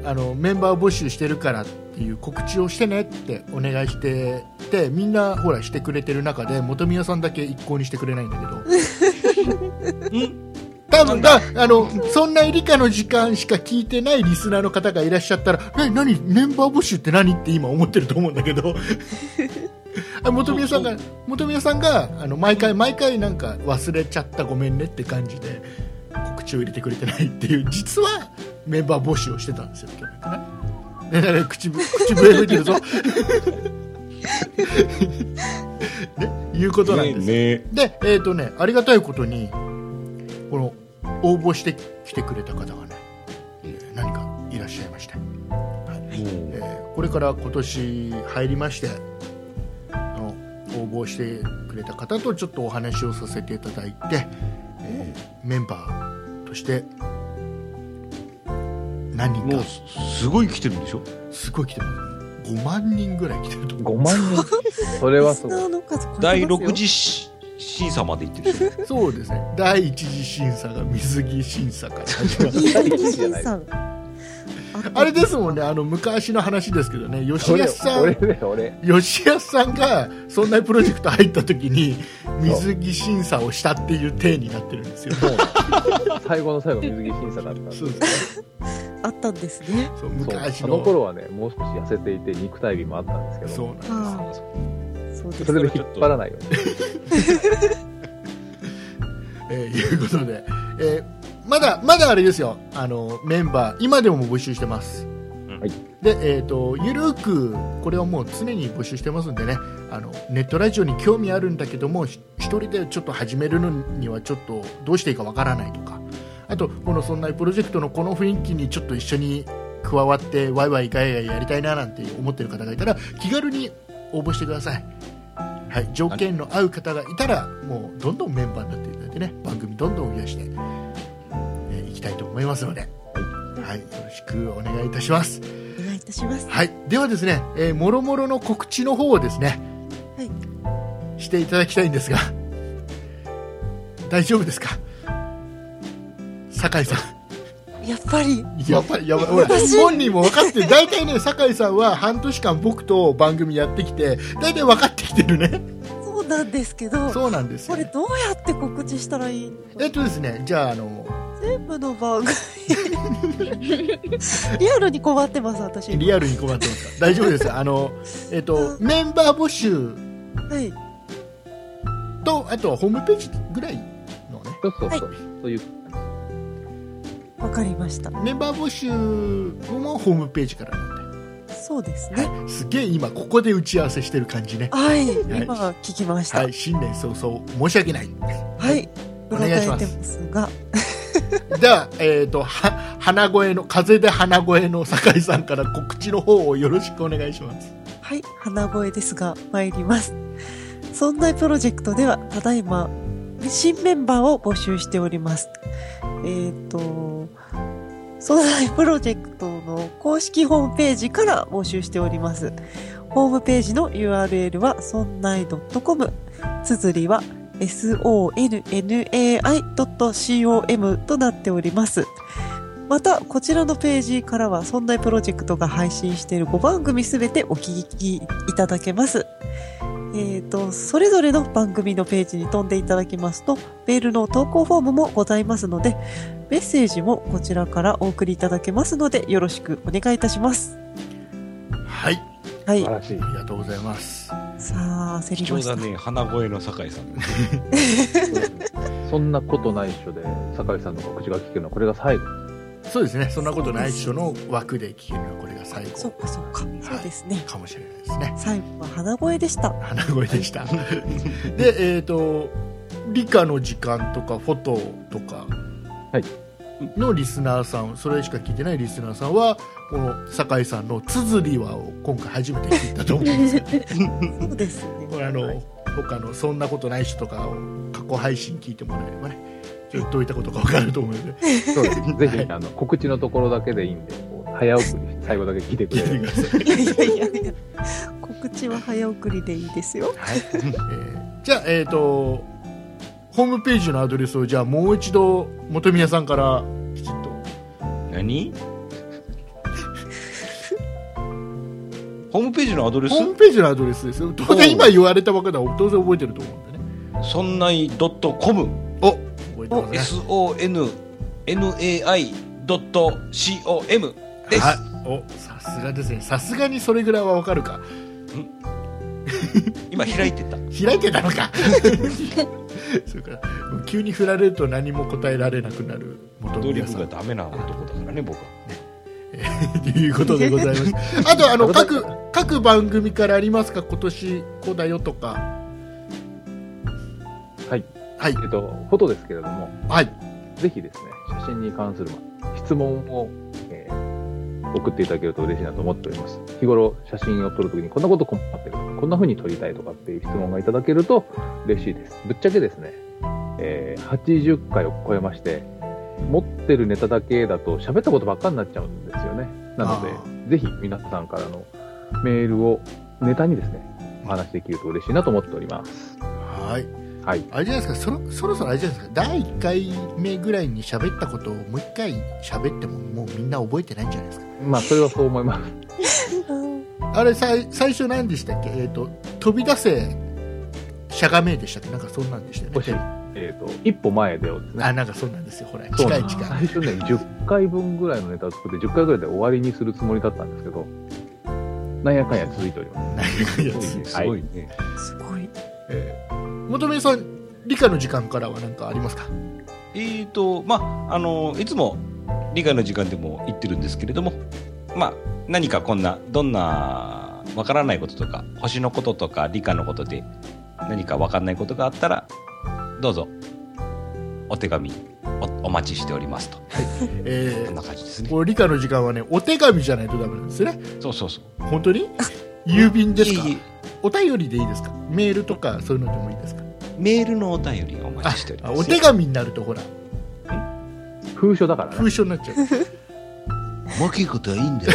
Speaker 1: あのメンバー募集してるからっていう告知をしてねってお願いしててみんなほらしてくれてる中で本宮さんだけ一向にしてくれないんだけど多分だあのそんな理科の時間しか聞いてないリスナーの方がいらっしゃったら「え何メンバー募集って何?」って今思ってると思うんだけどあ本宮さんが本宮さんがあの毎回毎回なんか忘れちゃったごめんねって感じで告知を入れてくれてないっていう実はメンバー募集をしてたんですよ去年かな、 *laughs* ねだから口ぶ口笛吹いてるぞねいうことなんです、
Speaker 2: ね
Speaker 1: でえっ、とねありがたいことにこの応募してきてくれた方がねえー何かいらっしゃいまして、はいえーこれから今年入りましてあの応募してくれた方とちょっとお話をさせていただいて、えーメンバーとして何人
Speaker 2: も
Speaker 1: か
Speaker 2: うすすごい来てるんでしょ
Speaker 1: すごい来てます5万人ぐらい来てると思う
Speaker 7: 5万人。それはす
Speaker 6: リス
Speaker 7: ごい。
Speaker 6: ナーの数超えてますよ
Speaker 2: 第6。次し審査まで行ってるでしょ
Speaker 1: そうですね第一次審査が水着審査から始まる
Speaker 7: 第一次じゃ
Speaker 6: 新
Speaker 7: ない
Speaker 1: *laughs*
Speaker 6: さん。
Speaker 1: あれですもんね、あの昔の話ですけどね、吉安さ
Speaker 7: 俺
Speaker 1: ん、
Speaker 7: だよ、俺。
Speaker 1: 吉安さんがそんなプロジェクト入った時に水着審査をしたっていう体になってるんですよ。
Speaker 7: 最後の最後、水着審査だったんで
Speaker 1: そ
Speaker 7: そうう
Speaker 6: あったんですね。
Speaker 1: そう昔
Speaker 7: そ
Speaker 1: の
Speaker 7: の頃はね、もう少し痩せていて、肉体美もあったんですけど、
Speaker 1: そうなんです。
Speaker 6: はあ。そうです
Speaker 7: そ。れで引っ張らないように。
Speaker 1: えー *laughs* いうことで、えーまだまだあれですよあのメンバー今でも募集してます、
Speaker 7: はい
Speaker 1: でえっ、とゆるーくこれはもう常に募集してますんでねあのネットラジオに興味あるんだけどもひ一人でちょっと始めるのにはちょっとどうしていいかわからないとかあとこの「そんなプロジェクト」のこの雰囲気にちょっと一緒に加わってワイワイガヤガヤやりたいななんて思ってる方がいたら気軽に応募してくださいはい、条件の合う方がいたらもうどんどんメンバーになっていただいてね番組どんどん増やしてい、えーいきたいと思いますので、はい、よろしくお願いいたします、
Speaker 6: お願いいたします。
Speaker 1: はい、ではですね、えー、もろもろの告知の方をですね、していただきたいんですが *laughs* 大丈夫ですか酒井さん
Speaker 6: やっぱり。
Speaker 1: やばいやばいほら
Speaker 6: 私
Speaker 1: 本人も分かってる大体ね酒井さんは半年間僕と番組やってきて大体分かってきてるね
Speaker 6: そうなんですけど。
Speaker 1: そうなんです
Speaker 6: こ
Speaker 1: よ、
Speaker 6: れ
Speaker 1: ね、
Speaker 6: どうやって告知したらいいの
Speaker 1: えっとですねじゃああの
Speaker 6: 全部の番組 *laughs* リアルに困ってます私
Speaker 1: リアルに困ってますか大丈夫ですあの、えっとメンバー募集
Speaker 6: はい
Speaker 1: とあとはホームページぐらいのね
Speaker 7: そうそうそう。そういう、
Speaker 6: わかりました
Speaker 1: メンバー募集もホームページからなん
Speaker 6: そうです
Speaker 1: で、
Speaker 6: ね
Speaker 1: はい、すげえ今ここで打ち合わせしてる感じね
Speaker 6: はい、
Speaker 1: はい
Speaker 6: 今聞きました
Speaker 1: は
Speaker 6: はいい、
Speaker 1: 新年早々申し訳ない
Speaker 6: う
Speaker 1: お
Speaker 6: ろ
Speaker 1: 願
Speaker 6: た
Speaker 1: い
Speaker 6: え
Speaker 1: してま
Speaker 6: ますすが
Speaker 1: じゃあ、えっとは鼻声の風で鼻声の酒井さんから告知の方をよろしくお願いします
Speaker 6: はい、鼻声ですが、参ります。そんなプロジェクトでは、ただいま、新メンバーを募集しております。えっ、と、そんなプロジェクトの公式ホームページから募集しております。ホームページの URL は、そんない .com。綴りは、sonnai.com となっております。また、こちらのページからは、そんなプロジェクトが配信している5番組すべてお聞きいただけます。えっ、と、それぞれの番組のページに飛んでいただきますと、メールの投稿フォームもございますので、メッセージもこちらからお送りいただけますので、よろしくお願いいたします。
Speaker 1: はい
Speaker 3: 素
Speaker 6: はい
Speaker 3: 晴。らしい。
Speaker 1: ありがとうございます
Speaker 6: さあ、焦
Speaker 2: 貴
Speaker 6: りま
Speaker 2: 重
Speaker 6: した。
Speaker 2: だね、花声の酒井さん。
Speaker 3: そんなことないっしょで、酒井さんの口が聞けるのは、これが最後。
Speaker 1: そうですねそんなことない人の枠で聞けるのはこれが最
Speaker 6: そう
Speaker 1: 後
Speaker 6: か、そうか。そうですね。
Speaker 1: かもしれないですね
Speaker 6: 最後は鼻声でした。
Speaker 1: 鼻声でしたでえっ、と理科の時間とかフォトとか
Speaker 3: はい
Speaker 1: のリスナーさんそれしか聞いてないリスナーさんはこの酒井さんの「つづりは」を今回初めて聞いたと思うんですけど
Speaker 6: そうですね。
Speaker 1: これあの他の「そんなことない人」とかを過去配信聞いてもらえればねちょっとどういったことか分かると思うので
Speaker 3: そうですぜ
Speaker 1: は
Speaker 3: ひ、
Speaker 1: い
Speaker 3: あの、告知のところだけでいいんで、こう早送りして最後だけ聞いて
Speaker 1: 聞
Speaker 3: くれ
Speaker 1: いてく。だ
Speaker 3: *laughs* る
Speaker 1: さい
Speaker 6: いやいやいやいや。告知は早送りでいいですよ。
Speaker 1: はい、えーじゃあえっ、とホームページのアドレスをじゃあもう一度本宮さんからきちっと
Speaker 2: 何ホームページのアドレス
Speaker 1: ホームページのアドレスですよ当然今言われたばかりは当然覚えてると思うんでね
Speaker 2: そんない .com、
Speaker 1: お覚えてます
Speaker 2: sonnai.com
Speaker 1: ね
Speaker 2: です。
Speaker 1: はいおさすがですねさすがにそれぐらいはわかるか
Speaker 2: 今開いてた。
Speaker 1: 開いてたの *laughs* かそうか急に振られると何も答えられなくなる本
Speaker 2: ドリ
Speaker 1: 宮
Speaker 2: ブ
Speaker 1: さん
Speaker 2: がダメな男だからね、僕は。
Speaker 1: ということでございます。あとあの各各番組からありますか今年こうだよとか。
Speaker 3: はい
Speaker 1: はい
Speaker 3: えっと、フォトですけれども、
Speaker 1: はい
Speaker 3: ぜひですね、写真に関するま質問を、えー送っていただけると嬉しいなと思っております。日頃、写真を撮るときにこんなこと困ってるとか、こんな風に撮りたいとかっていう質問がいただけると嬉しいです。ぶっちゃけですね、えー80回を超えまして、持ってるネタだけだと喋ったことばっかになっちゃうんですよね。なの
Speaker 1: あ
Speaker 3: で、ぜひ皆さんからのメールをネタにですね、お話できると嬉しいなと思っております。
Speaker 1: はい。
Speaker 3: はい。
Speaker 1: あれじゃないですかそろそろそろあれじゃないですか第1回目ぐらいに喋ったことをもう1回喋ってももうみんな覚えてないんじゃないですか
Speaker 3: まあ、それはそう思います。
Speaker 1: あれさい最初何でしたっけ、えー、と飛び出せしゃがめでしたっけなんかそんなんでしたよね
Speaker 3: 惜しいえっ、と、一歩前でをですね。
Speaker 1: あなんかそんなんですよほら
Speaker 3: そう
Speaker 1: 近
Speaker 3: ないんです
Speaker 1: 近い
Speaker 3: 最初ね、10回分ぐらいのネタを作って、10回ぐらいで終わりにするつもりだったんですけど、なんやかんや続いております。
Speaker 1: 長いやつ
Speaker 2: すごいね。
Speaker 6: すごい。
Speaker 1: えー元宮さん理科の時間からは何かありますか
Speaker 2: えーと、まあ、あの、いつも理科の時間でも言ってるんですけれども、まあ、何かこんな、どんなわからないこととか、星のこととか理科のことで何かわかんないことがあったら、どうぞ、お手紙お、お待ちしておりますと。
Speaker 1: え
Speaker 2: こんな感じです
Speaker 1: ー、
Speaker 2: ね。
Speaker 1: これ理科の時間はねお手紙じゃないとダメなんですね
Speaker 2: そうそうそう。
Speaker 1: 本当に郵便ですか
Speaker 2: いえいえ
Speaker 1: お便りでいいですかメールとかそういうのでもいいですか
Speaker 2: メールのお便りをお待ちしており
Speaker 1: あ
Speaker 2: ます。
Speaker 1: お手紙になるとほら
Speaker 3: 封書だからね。
Speaker 1: 風書になっちゃう
Speaker 2: 大きいことはいいんだよ。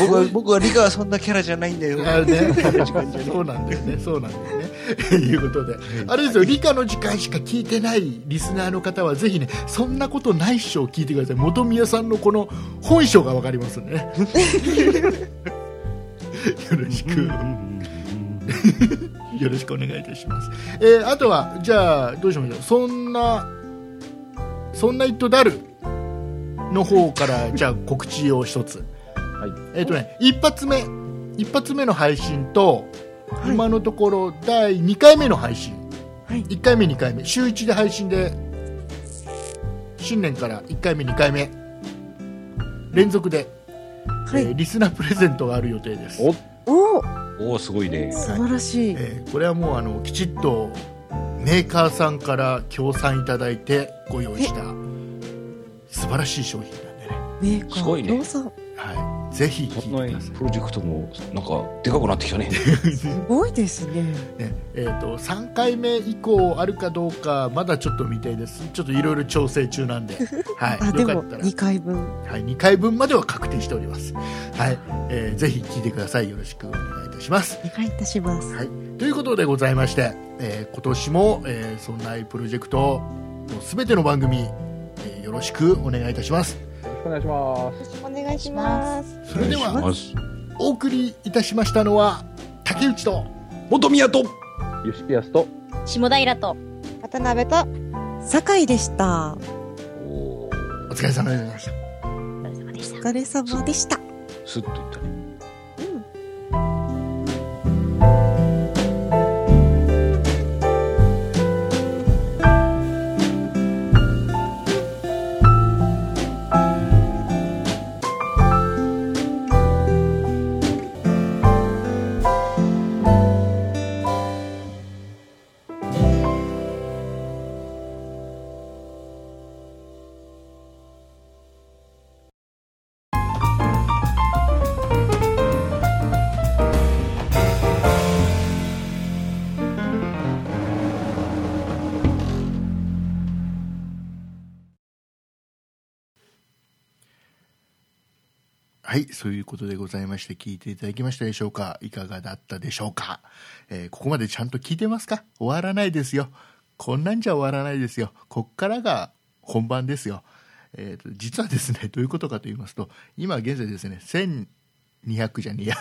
Speaker 2: 僕は、僕は理科はそんなキャラじゃないんだよ。 *laughs*
Speaker 1: あのね、そうなんだよね、そうなんだよね。 *laughs* ということで、あれですよ、理科の時間しか聞いてないリスナーの方は、ぜひね、そんなことないっしょを聞いてください。元宮さんのこの本性がわかりますんでね。 *laughs* よろしく、よろしくお願いいたします。えーあとは、じゃあ、どうしましょう。そんな、そんな一途だるの方から、じゃあ告知を一つ。えっ、とね、一発目、一発目の配信と、
Speaker 6: はい
Speaker 1: 今のところ第2回目の配信、
Speaker 6: はい
Speaker 1: 1回目2回目週1で配信で新年から1回目2回目連続で、
Speaker 6: は
Speaker 1: えー
Speaker 6: い。
Speaker 1: リスナープレゼントがある予定です、
Speaker 3: お
Speaker 6: おお
Speaker 2: おお、すごいね。
Speaker 6: 素晴らしい。
Speaker 1: えーこれはもうあのきちっとメーカーさんから協賛いただいてご用意した素晴らしい商品なんでね
Speaker 6: メーカー。
Speaker 2: すごいね
Speaker 6: 動産
Speaker 1: はい、ぜひ聞
Speaker 2: こ
Speaker 1: いてく
Speaker 2: の
Speaker 1: ださい
Speaker 2: プロジェクトもなんかでかくなってき *laughs* たね。
Speaker 6: すごいですね。
Speaker 1: ねえー、と3回目以降あるかどうかまだちょっと未定ですちょっといろいろ調整中なん
Speaker 6: *laughs*
Speaker 1: で、はい、
Speaker 6: あ、で
Speaker 1: よか
Speaker 6: も
Speaker 1: ったら
Speaker 6: 2回分。
Speaker 1: はい、2回分までは確定しております、はいえーぜひ聞いてくださいよろしくお願いいたします
Speaker 6: お願いいたします。
Speaker 1: ということでございまして、えー今年も、えーそんなプロジェクトのすべての番組、えーよろしくお願いいたします
Speaker 7: ろしくお願いします。
Speaker 4: ます
Speaker 5: お願いし。
Speaker 1: それで
Speaker 2: お願
Speaker 1: はい
Speaker 2: します
Speaker 1: お送りいたしましたのは竹内と
Speaker 2: 元宮と
Speaker 7: 吉安と
Speaker 4: 下平と
Speaker 5: 渡辺と
Speaker 6: 酒井でした。
Speaker 2: おー
Speaker 1: お疲れ様でございました
Speaker 4: お疲れ様でした
Speaker 6: お疲れ様でした。
Speaker 2: スッといったね。
Speaker 1: はい、そういうことでございまして、聞いていただきましたでしょうかいかがだったでしょうか、えーここまでちゃんと聞いてますか終わらないですよ。こんなんじゃ終わらないですよ。こっからが本番ですよ。えーと実はですね、どういうことかと言いますと、今現在ですね、1200じゃねえや、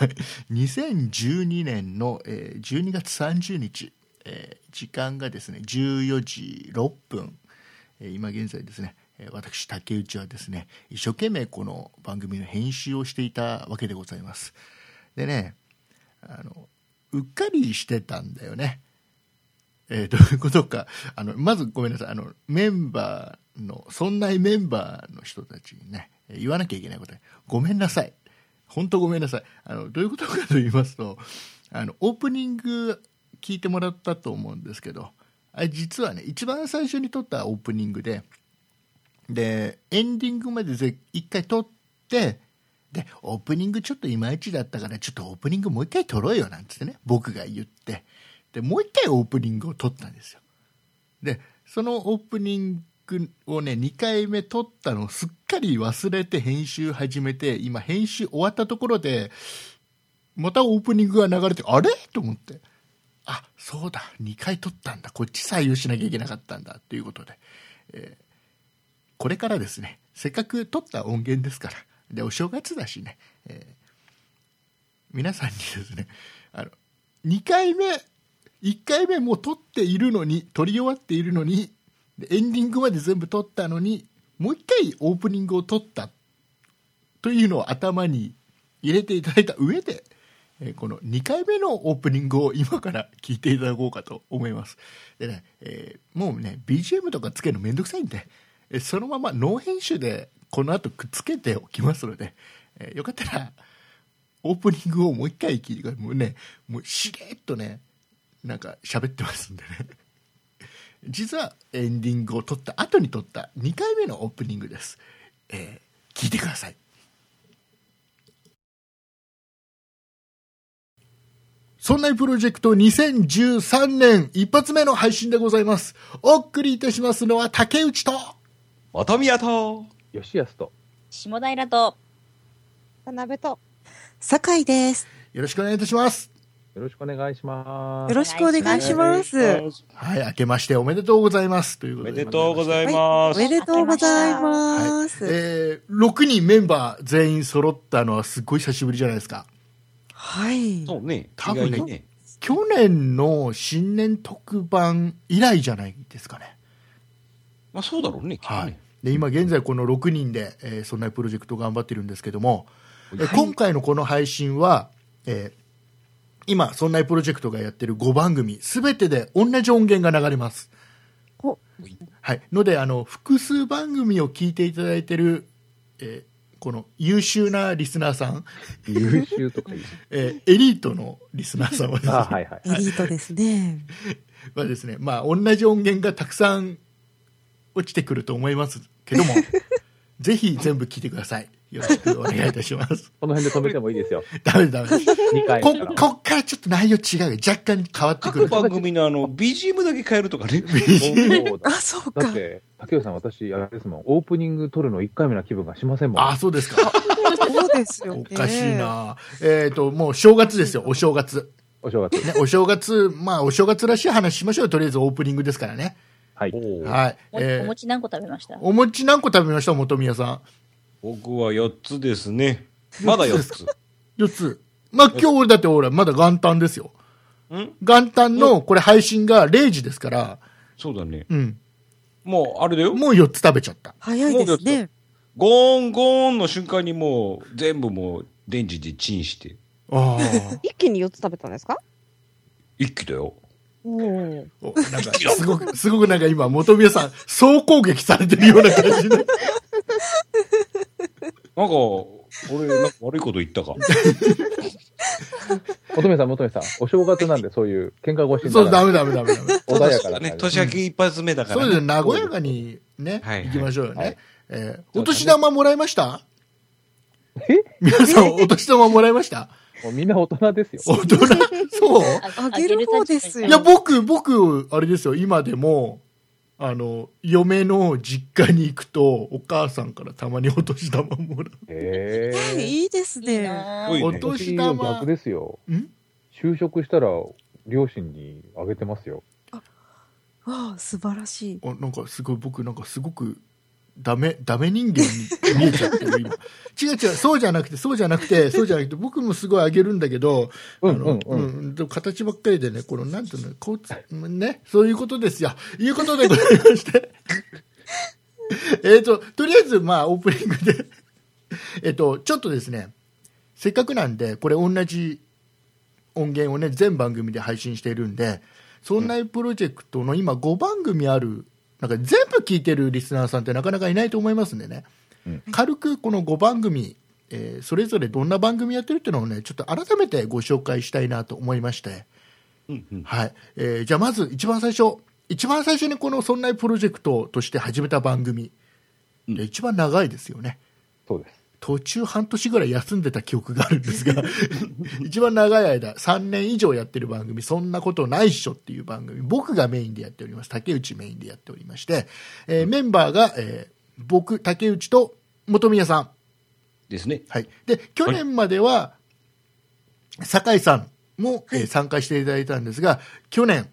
Speaker 1: 2012年の、えー12月30日、えー時間がですね、14時6分。えー今現在ですねえー私竹内はですね一生懸命この番組の編集をしていたわけでございますでねあのうっかりしてたんだよね、えー *laughs* どういうことかあのまずごめんなさいあのメンバーのそんなメンバーの人たちにねえー言わなきゃいけないことにごめんなさい本当ごめんなさいあのどういうことかと言いますとあのオープニング聞いてもらったと思うんですけどあれ実はね一番最初に撮ったオープニングででエンディングまでぜ一回撮ってでオープニングちょっといまいちだったからちょっとオープニングもう一回撮ろうよなんつってね僕が言ってでもう一回オープニングを撮ったんですよでそのオープニングをね2回目撮ったのをすっかり忘れて編集始めて今編集終わったところでまたオープニングが流れてあれと思ってあそうだ2回取ったんだこっち採用しなきゃいけなかったんだということで、えーこれからですねせっかく取った音源ですからでお正月だしね、えー皆さんにですねあの2回目1回目もう取っているのに取り終わっているのにでエンディングまで全部取ったのにもう1回オープニングを取ったというのを頭に入れていただいた上でえーこの2回目のオープニングを今から聞いていただこうかと思いますでね、えーもうね BGM とかつけるのめんどくさいんで、えーそのままノー編集でこの後くっつけておきますので、えーよかったらオープニングをもう一回聞いてくださいもうねもうしれっとねなんか喋ってますんでね *laughs* 実はエンディングを撮った後に撮った2回目のオープニングです、えー聞いてくださいそんなプロジェクト2013年一発目の配信でございます。お送りいたしますのは竹内と。
Speaker 2: 元宮と
Speaker 7: 吉安と
Speaker 4: 下平と
Speaker 5: 渡辺と
Speaker 6: 酒井です。
Speaker 1: よろしくお願いいたします。
Speaker 7: よろしくお願いします。
Speaker 6: よろしくお願いします。
Speaker 1: はい、明けましておめでとうございます。という
Speaker 2: お
Speaker 1: こと
Speaker 2: め
Speaker 1: で。
Speaker 2: でとうござ
Speaker 1: い
Speaker 2: いま
Speaker 6: お
Speaker 2: す。
Speaker 6: めでとうございます。
Speaker 1: えー、6人メンバー全員揃ったのはすっごい久しぶりじゃないですか。
Speaker 6: はい。
Speaker 2: そうね。
Speaker 1: 多分ね
Speaker 2: 意外にね。
Speaker 1: 去年の新年特番以来じゃないですかね。
Speaker 2: まあそうだろうね。きっとね
Speaker 1: はい。で、今現在この6人で、えーそんなプロジェクト頑張ってるんですけども、えー今回のこの配信は、えー今、そんなプロジェクトがやってる5番組、すべてで同じ音源が流れます。
Speaker 6: お
Speaker 1: はい。ので、あの、複数番組を聞いていただいてる、えーこの優秀なリスナーさん、
Speaker 7: 優秀とか言う。
Speaker 1: えーエリートのリスナーさんはですね
Speaker 7: あ、はいはい。
Speaker 6: エリートですね。
Speaker 1: はですね、まあ、同じ音源がたくさん落ちてくると思いますけども、ぜひ全部聞いてください。よろしくお願いいたします。 *laughs*
Speaker 3: この辺で止めてもいいですよ。
Speaker 1: ダメだダメだ。
Speaker 3: 2回
Speaker 1: こ
Speaker 3: から。、
Speaker 1: こっからちょっと内容違うよ。若干変わってく
Speaker 2: 各
Speaker 1: る。
Speaker 2: 番組のあの、BGM だけ変えるとかね。
Speaker 3: そう
Speaker 6: あ、
Speaker 3: だ
Speaker 6: そう
Speaker 3: だ
Speaker 6: か
Speaker 3: っ。て、竹内さん、私、あれですもん、オープニング撮るの1回目な気分がしませんもん。
Speaker 1: あ、そうですか。
Speaker 6: そうですよ、
Speaker 1: お
Speaker 6: ね。
Speaker 1: かしい。な。えっ、と、もう正月ですよ、お正月。
Speaker 3: お正月。
Speaker 1: ね、お正月、まあ、お正月らしい話しましょうよとりあえずオープニングですからね。
Speaker 3: はい。
Speaker 1: はい。
Speaker 4: お
Speaker 1: え
Speaker 4: お
Speaker 1: ー
Speaker 4: 餅何個食べました
Speaker 1: お餅何個食べました、元宮さ
Speaker 2: 僕は4つですね。まだ4つ。
Speaker 1: ん。4つ。まあ、今日俺だってほら、まだ元旦ですよ。
Speaker 2: ん
Speaker 1: 元旦の、これ配信が0時ですから、
Speaker 2: そうだね。
Speaker 1: うん。
Speaker 2: もう、あれだよ。
Speaker 1: もう4つ食べちゃった。
Speaker 6: 早いですね。
Speaker 2: ゴーン、ゴーンの瞬間にもう、全部もう、レンジでチンして。
Speaker 1: あ
Speaker 5: 一気に4つ食べたんですか
Speaker 2: 一気だよ。
Speaker 5: おお。
Speaker 1: あ。なんか、すごく、すごくなんか今、元宮さん、総攻撃されてるような感じで。
Speaker 2: なんか、俺、なんか悪いこと言ったか。
Speaker 3: 乙女さん、乙女さん、お正月なんでそういう喧嘩腰に
Speaker 1: そう、
Speaker 3: な
Speaker 1: ダ
Speaker 3: らない
Speaker 1: メダメダメダメ。
Speaker 3: 穏やか
Speaker 2: そうだ
Speaker 3: な
Speaker 2: ね。
Speaker 3: 感じ。
Speaker 2: 年明け一発目だか
Speaker 1: そ
Speaker 2: ら
Speaker 1: う
Speaker 2: ね。
Speaker 1: ですね、和やかにね、
Speaker 2: はいはい
Speaker 1: 行きましょうよね。
Speaker 2: はい
Speaker 1: えーお年玉もらいました
Speaker 3: え
Speaker 1: 皆さん、お年玉もらいました
Speaker 3: もうみんな大人ですよ。
Speaker 1: 大人
Speaker 4: *laughs*
Speaker 1: そう
Speaker 6: あげる方ですよ
Speaker 1: いや、僕、僕、あれですよ、今でも、あの、嫁の実家に行くと、お母さんからたまにお年玉もらう。
Speaker 3: へ
Speaker 6: はい
Speaker 3: え。
Speaker 6: いいです
Speaker 4: いい
Speaker 6: ね。
Speaker 4: な
Speaker 2: おい
Speaker 4: ぁ
Speaker 2: ね
Speaker 1: お年
Speaker 3: の
Speaker 1: 玉
Speaker 3: 逆。ですよ。
Speaker 1: ん
Speaker 3: 就職したら、両親にあげてますよ。
Speaker 6: わあ、素晴らしい。
Speaker 1: あなんかすごい、僕、なんかすごく、ダメ、ダメ人間に見えちゃってる、今。違う違う、そうじゃなくて、そうじゃなくて、そうじゃなくて、僕もすごいあげるんだけど、
Speaker 3: う
Speaker 1: あ
Speaker 3: んう
Speaker 1: の
Speaker 3: んうん。
Speaker 1: うんでも形ばっかりでね、この、なんていうの、交通、ね、そういうことですよ。いうことでございまして。 *laughs* えっと、とりあえず、まあ、オープニングで、 *laughs* えっと、ちょっとですね、せっかくなんで、これ同じ音源をね、全番組で配信しているんで、そんなプロジェクトの今5番組ある、なんか全部聞いてるリスナーさんってなかなかいないと思いますんでね、
Speaker 3: うん
Speaker 1: 軽くこの5番組、えーそれぞれどんな番組やってるっていうのをね、ちょっと改めてご紹介したいなと思いまして、
Speaker 2: うんうん
Speaker 1: はい。えーじゃあまず一番最初、一番最初にこのそんなプロジェクトとして始めた番組、
Speaker 2: うん
Speaker 1: で一番長いですよね。
Speaker 3: そうです。
Speaker 1: 途中半年ぐらい休んでた記憶があるんです
Speaker 2: *laughs*
Speaker 1: が一番長い間3年以上やってる番組「そんなことないっしょ」っていう番組僕がメインでやっております竹内メインでやっておりまして、えーメンバーが、えー僕竹内と本宮さん、
Speaker 2: ですね。
Speaker 1: はい、で去年までは酒井さんも、えー参加していただいたんですが去年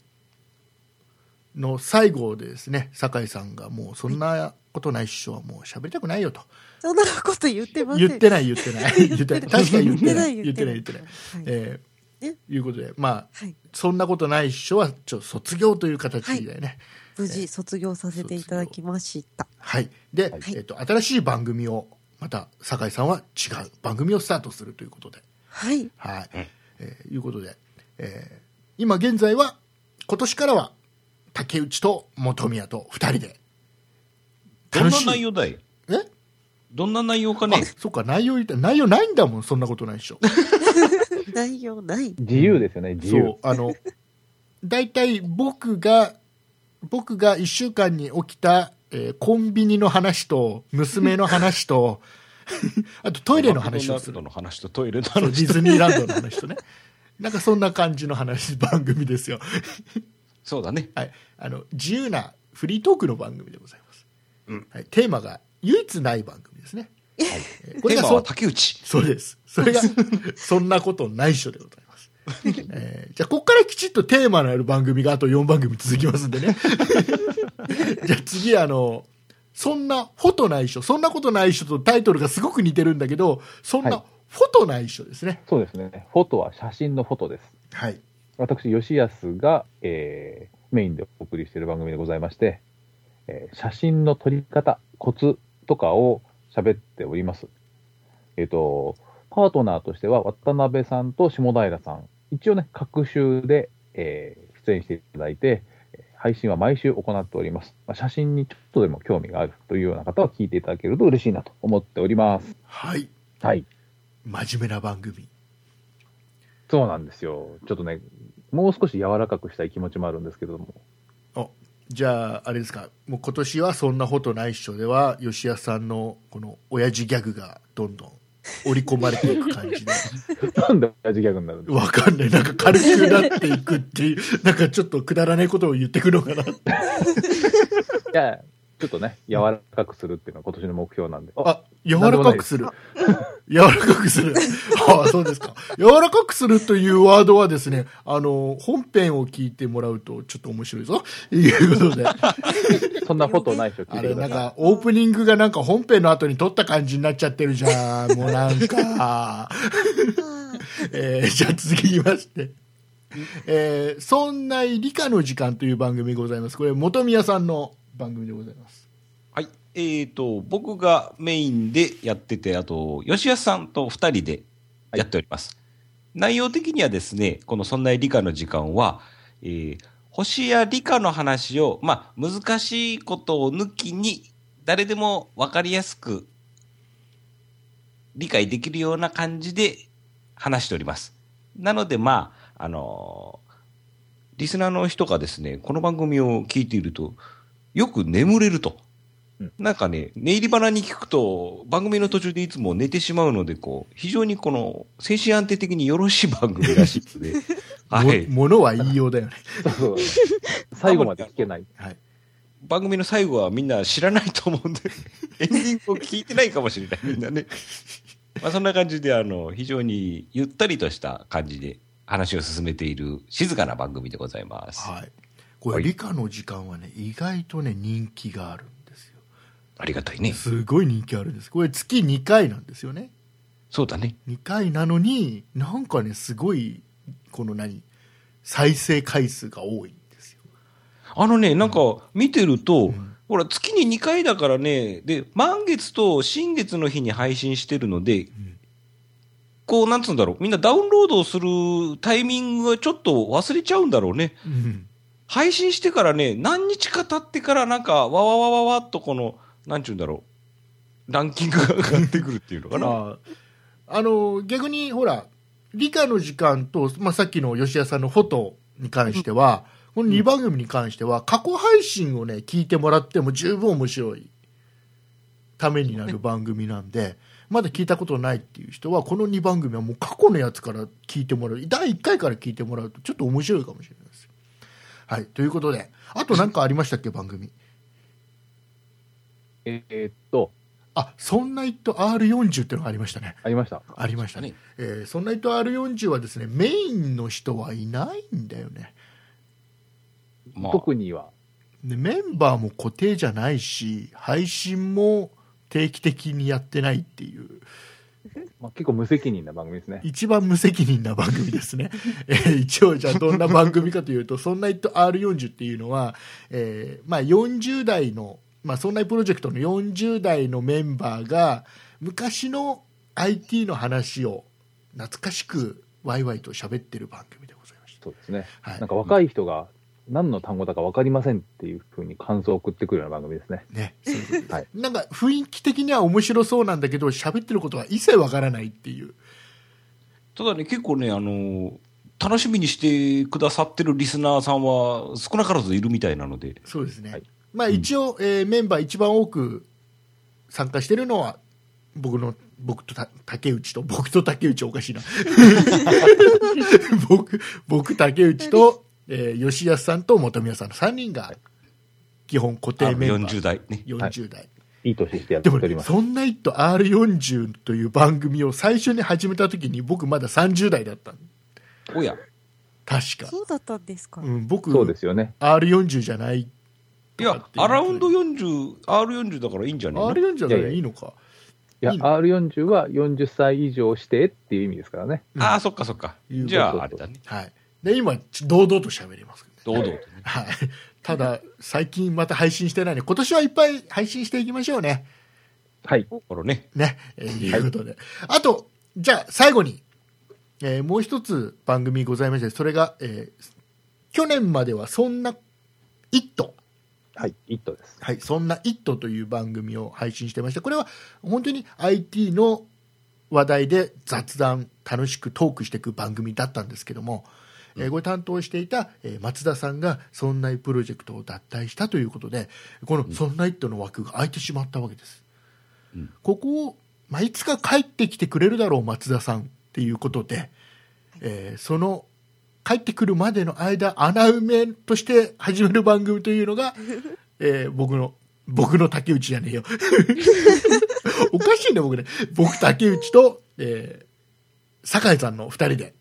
Speaker 1: の最後でですね酒井さんがもう「そんなことないっしょ」はもう喋りたくないよと。
Speaker 6: そんなこと言ってません。
Speaker 1: 言ってない言ってない *laughs* 言ってない確かに言ってない言
Speaker 6: 言
Speaker 1: っ
Speaker 6: ってて
Speaker 1: な
Speaker 6: な
Speaker 1: 言っ
Speaker 6: いい言ってて
Speaker 1: ない
Speaker 6: ない
Speaker 1: えー
Speaker 6: ね
Speaker 1: いうことでまあ
Speaker 6: はい。
Speaker 1: そんなことないっしょはちょっと卒業という形だよね
Speaker 6: 無事卒業させていただきました。
Speaker 1: はい、で、
Speaker 3: はい
Speaker 1: えっと新しい番組をまた酒井さんは違う番組をスタートするということで
Speaker 6: はい。
Speaker 1: はい、
Speaker 2: うん
Speaker 1: えーいうことで、えー今現在は今年からは竹内と本宮と2人で
Speaker 2: どん
Speaker 1: 楽
Speaker 2: な
Speaker 1: しい
Speaker 2: 内容だい
Speaker 1: え
Speaker 2: どんな内容か
Speaker 1: あ
Speaker 2: ね。
Speaker 1: そっか内容言った内容ないんだもんそんなことないっし
Speaker 2: *laughs*
Speaker 1: ょ
Speaker 6: 内容ない。
Speaker 3: 自由ですよね、自
Speaker 1: そう
Speaker 3: 由。
Speaker 1: あの大体僕が僕が1週間に起きた、えーコンビニの話と娘の話と *laughs* あとトイレの話をする
Speaker 2: マクドナルドの話とトイレの
Speaker 1: あの
Speaker 2: 話。
Speaker 1: ディズニーランドの話とねなんかそんな感じの話番組ですよ、
Speaker 2: そうだね。
Speaker 1: はい、あの自由なフリートークの番組でございます、
Speaker 2: うん
Speaker 1: はい、テーマが唯一ない番組ですね、えーこれが
Speaker 2: テーマ
Speaker 1: そ
Speaker 2: は竹内。
Speaker 1: そうですそ
Speaker 2: *laughs*
Speaker 1: れがそんなことないっしょでございます、えーじゃあここからきちっとテーマのある番組があと4番組続きますん
Speaker 2: *laughs*
Speaker 1: でねじゃあ次あのそんなフォトないっしょそんなことないっしょとタイトルがすごく似てるんだけどそん
Speaker 3: は
Speaker 1: ないフォトないっしょですね
Speaker 3: そうですね。フォトは写真のフォトです。
Speaker 1: はい
Speaker 3: 私、吉安が、えーメインでお送りしている番組でございまして、えー写真の撮り方、コツとかを喋っております。えっ、と、パートナーとしては渡辺さんと下平さん、一応ね、各週で、えー出演していただいて、えー配信は毎週行っております。まあ、写真にちょっとでも興味があるというような方は聞いていただけると嬉しいなと思っております。
Speaker 1: はい
Speaker 3: はい。
Speaker 1: 真面目な番組
Speaker 3: そうなんですよ。ちょっとね、もう少し柔らかくしたい気持ちもあるんですけども、
Speaker 1: じゃあ、あれですか、もう今年はそんなことないっしょでは、吉安さんのこの親父ギャグがどんどん織り込まれていく感じで、
Speaker 7: なんで親父ギャグになるんだ
Speaker 1: わかんない、なんか軽くなっていくっていう、なんかちょっとくだらないことを言ってくのかな。
Speaker 7: いや、ちょっとね、柔らかくするっていうのは今年の目標なんで。あ
Speaker 1: あ、柔らかくする。柔らかくする。ああ、そうですか。柔らかくするというワードはですね、あの、本編を聞いてもらうとちょっと面白いぞ。ということで、
Speaker 7: そんなことないでしょ、聞
Speaker 1: あ
Speaker 7: いて
Speaker 1: れ
Speaker 7: くだ
Speaker 1: なん
Speaker 7: さい。
Speaker 1: かオープニングがなんか本編の後に撮った感じになっちゃってるじゃん。もうなん
Speaker 2: *laughs*
Speaker 1: か。えーじゃあ続きまして。えー、そんな理科の時間という番組ございます。これ、元宮さんの番組でございます。
Speaker 2: はい。えー、と、僕がメインでやってて、あと、吉安さんと二人でやっております。内容的にはですね、このそんな理科の時間は、えー星や理科の話を、まあ、難しいことを抜きに、誰でもわかりやすく、理解できるような感じで話しております。なので、まあ、あのーリスナーの人がですね、この番組を聞いていると、よく眠れると。なんかね、寝入り花に聞くと、番組の途中でいつも寝てしまうので、こう、非常にこの、精神安定的によろしい番組らしいので、はい
Speaker 1: も。ものは言いようだよね。
Speaker 7: そうそう最後まで聞けない。
Speaker 1: はい。
Speaker 2: 番組の最後はみんな知らないと思うんで、 *laughs* エンディングを聞いてないかもしれない、みんなね。まあそんな感じで、あの、非常にゆったりとした感じで話を進めている静かな番組でございます。
Speaker 1: はい、これ、
Speaker 2: はい
Speaker 1: 理科の時間はね意外とね人気があるんですよ
Speaker 2: ありがたいね。
Speaker 1: すごい人気あるんですこれ月2回なんですよね
Speaker 2: そうだね。
Speaker 1: 2回なのになんかねすごいこの何再生回数が多いんですよ
Speaker 2: あのね、なんか見てると、ほら、月に2回だからね、で、満月と新月の日に配信してるので、こう、なんつうんだろう、みんなダウンロードをするタイミングがちょっと忘れちゃうんだろうね。配信してからね、何日か経ってから、なんか、わわわわわっとこの、なんちゅうんだろう、ランキングが上がってくるっていうのかな。
Speaker 1: ああの逆にほら理科の時間と、まあ、さっきの吉田さんのフォトに関しては、この2番組に関しては過去配信をね聞いてもらっても十分面白いためになる番組なんで、まだ聞いたことないっていう人はこの2番組はもう過去のやつから聞いてもらう第1回から聞いてもらうとちょっと面白いかもしれないですよ。はい、ということであと何かありましたっけ番組
Speaker 7: えーっと、
Speaker 1: あそんな一と R40 っていうのがありましたね
Speaker 7: ありました。
Speaker 1: ありましたね。えー、そんな人 R40 はですね、メインの人はいないんだよね。
Speaker 2: まあ、
Speaker 7: 特には、
Speaker 1: でメンバーも固定じゃないし、配信も定期的にやってないっていう、
Speaker 7: まあ、結構無責任な番組ですね。
Speaker 1: 一番無責任な番組ですね。 *laughs* えー一応、じゃあどんな番組かというと、そんな人 R40 っていうのは、えーまあ40代の、まあそんなプロジェクトの40代のメンバーが、昔の IT の話を懐かしくワイワイと喋ってる番組でございました。
Speaker 7: そうですね。
Speaker 1: はい
Speaker 7: なんか若い人が何の単語だか分かりませんっていうふうに感想を送ってくるような番組ですね。
Speaker 1: ね、そういうことです
Speaker 7: はい
Speaker 1: なんか雰囲気的には面白そうなんだけど喋ってることは一切わからないっていう
Speaker 2: ただね、結構ね、あのー楽しみにしてくださってるリスナーさんは少なからずいるみたいなので、
Speaker 1: そうですね、
Speaker 7: はい
Speaker 1: まあ一応、えーメンバー一番多く参加してるのは僕の僕とた竹内と *laughs* 僕と竹内おかしいな *laughs* 僕僕竹内と、えー吉安さんと本宮さんの3人が基本固定メンバー
Speaker 2: 40代ね。
Speaker 1: 40代、
Speaker 7: いい年してやって
Speaker 1: で
Speaker 7: お
Speaker 1: も
Speaker 7: り
Speaker 1: ね、
Speaker 7: ます。
Speaker 1: そんな一途 R40 という番組を最初に始めた時に僕まだ30代だったの
Speaker 2: おや。
Speaker 1: 確か、
Speaker 6: そうだったんですか。
Speaker 1: うん、僕
Speaker 7: そうですよね。
Speaker 1: R40 じゃない
Speaker 2: い
Speaker 1: と
Speaker 2: や
Speaker 1: かっ、ていう
Speaker 2: アラウンド40、R40 だからいいんじゃねえ
Speaker 1: R40 じゃない
Speaker 7: いやいや
Speaker 1: いいのか
Speaker 7: いや、
Speaker 1: いい
Speaker 7: R40 は40歳以上してっていう意味ですからね。
Speaker 2: のああ、そっかそっか。
Speaker 1: いうこと
Speaker 2: じゃあ、あれだね。
Speaker 1: はいで今ち堂々と喋りますけどね
Speaker 2: 堂々とね。
Speaker 1: はい、 *laughs* ただ最近また配信してないね今年はいっぱい配信していきましょうね
Speaker 7: はい。
Speaker 2: これね。
Speaker 1: ね、えーいうことで、あとじゃあ最後に、えーもう一つ番組ございましてそれが、えー去年まではそんな一途
Speaker 7: はい。一途です。
Speaker 1: はい、そんな「イット!」という番組を配信してましたこれは本当に IT の話題で雑談楽しくトークしていく番組だったんですけども、えーご担当していた、えー松田さんが村内プロジェクトを脱退したということでこの村内との枠が空いてしまったわけです、
Speaker 2: うん
Speaker 1: ここを、まあ、いつか帰ってきてくれるだろう松田さんっていうことで、えーその帰ってくるまでの間穴埋めとして始める番組というのが、えー僕の僕の竹内じゃねえよおかしいね僕ね僕竹内と、えー酒井さんの2人で、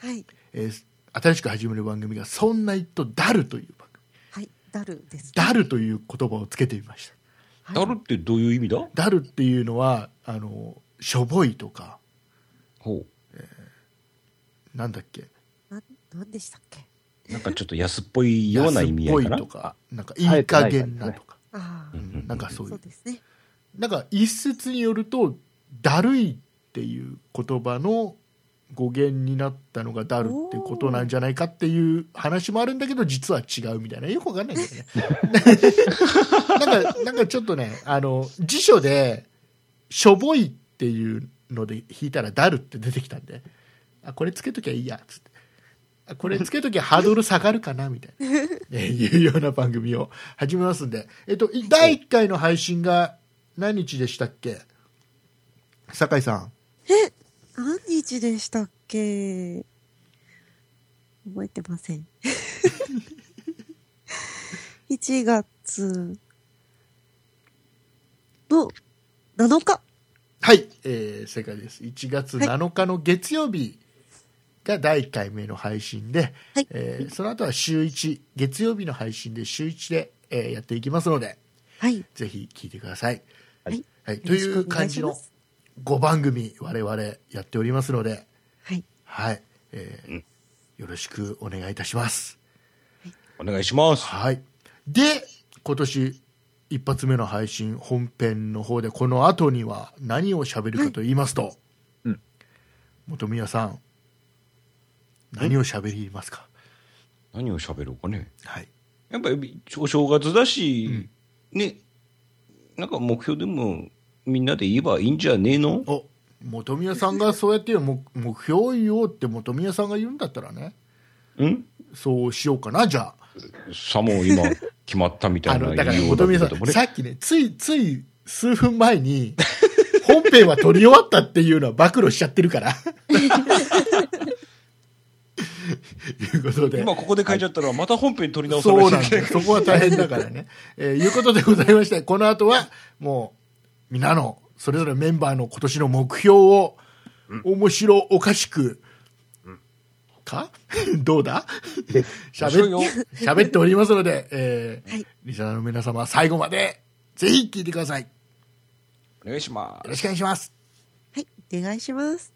Speaker 6: はい。
Speaker 1: えー新しく始める番組が「そんな一とダル」という番組
Speaker 6: はい。ダルです。
Speaker 1: ダルという言葉をつけてみました
Speaker 2: ダルってどういう意味だ
Speaker 1: ダルっていうのはあのしょぼいとか
Speaker 2: ほ
Speaker 1: なんだっけ
Speaker 6: な、なんでしたっけ
Speaker 2: う。なんかちょっと安っぽいような意味合いかな
Speaker 1: 安っぽいと。かなんかいい加減なとか、
Speaker 6: あ
Speaker 2: う
Speaker 6: あ、
Speaker 2: ん
Speaker 1: なんかそうい
Speaker 6: そう
Speaker 1: う
Speaker 6: ですね。
Speaker 1: なんか一説によると「だるい」っていう言葉の語源になったのが「だる」っていうことなんじゃないかっていう話もあるんだけど実は違うみたいなよくわかんないんだよねなんかなんかちょっとねあの辞書で「しょぼい」っていうので引いたら「だる」って出てきたんであこれつけときゃいいやっつってあこれつけときゃハードル下がるかなみたいな、えいうような番組を始めますんで、えっと、い第1回の配信が何日でしたっけ酒井さん
Speaker 6: 何日でしたっけ覚えてません。1月の7日。
Speaker 1: はい、えー正解です1月7日の月曜日が第1回目の配信で、
Speaker 6: はい
Speaker 1: えーその後は週1月曜日の配信で週1で、えーやっていきますので
Speaker 6: はい。
Speaker 1: ぜひ聞いてください、
Speaker 6: はい
Speaker 1: はい、という感じ
Speaker 6: よ
Speaker 1: の
Speaker 6: ろしく
Speaker 1: 5番組我々やっておりますので
Speaker 6: はい。
Speaker 1: はい、えー
Speaker 2: うん
Speaker 1: よろしくお願いいたします
Speaker 2: お願いします。
Speaker 1: はい。で、今年一発目の配信本編の方でこの後には何を喋るかと言いますと、
Speaker 7: うん
Speaker 1: 元宮さん、何を喋りますか。
Speaker 2: 何を喋ろうかね。
Speaker 1: はい。
Speaker 2: やっぱりお正月だし、ね、なんか目標でもみんなで言えばいいんじゃねえの
Speaker 1: お、元宮さんがそうやって目目標を言おうって元宮さんが言うんだったらね、
Speaker 2: うん
Speaker 1: そうしようかなじゃあ。
Speaker 2: さも今決まったみた
Speaker 1: あ
Speaker 2: いな
Speaker 1: のだから
Speaker 2: 言いようだ
Speaker 1: 元宮さ
Speaker 2: けど
Speaker 1: ん、
Speaker 2: もね
Speaker 1: さっきねついつい数分前に本編は撮り終わったっていうのは暴露しちゃってる
Speaker 2: *laughs*
Speaker 1: から。ということで。
Speaker 2: 今ここで書いちゃったらまた本編取り直さ
Speaker 1: そうな
Speaker 2: なんきゃい
Speaker 1: だ
Speaker 2: け
Speaker 1: よ
Speaker 2: ない。
Speaker 1: そこは大変だからね。えーいうことでございまして、この後は、もう、皆の、それぞれメンバーの今年の目標を、面白おかしく、か *laughs* どうだ
Speaker 2: 白い
Speaker 1: 喋
Speaker 2: よ
Speaker 1: っ喋っておりますので、えー
Speaker 6: はい
Speaker 1: リスナーの皆様、最後まで、ぜひ聞いてください。よ
Speaker 2: *laughs* お願いしま
Speaker 1: ろしくお願いします。
Speaker 6: はい。お願いします。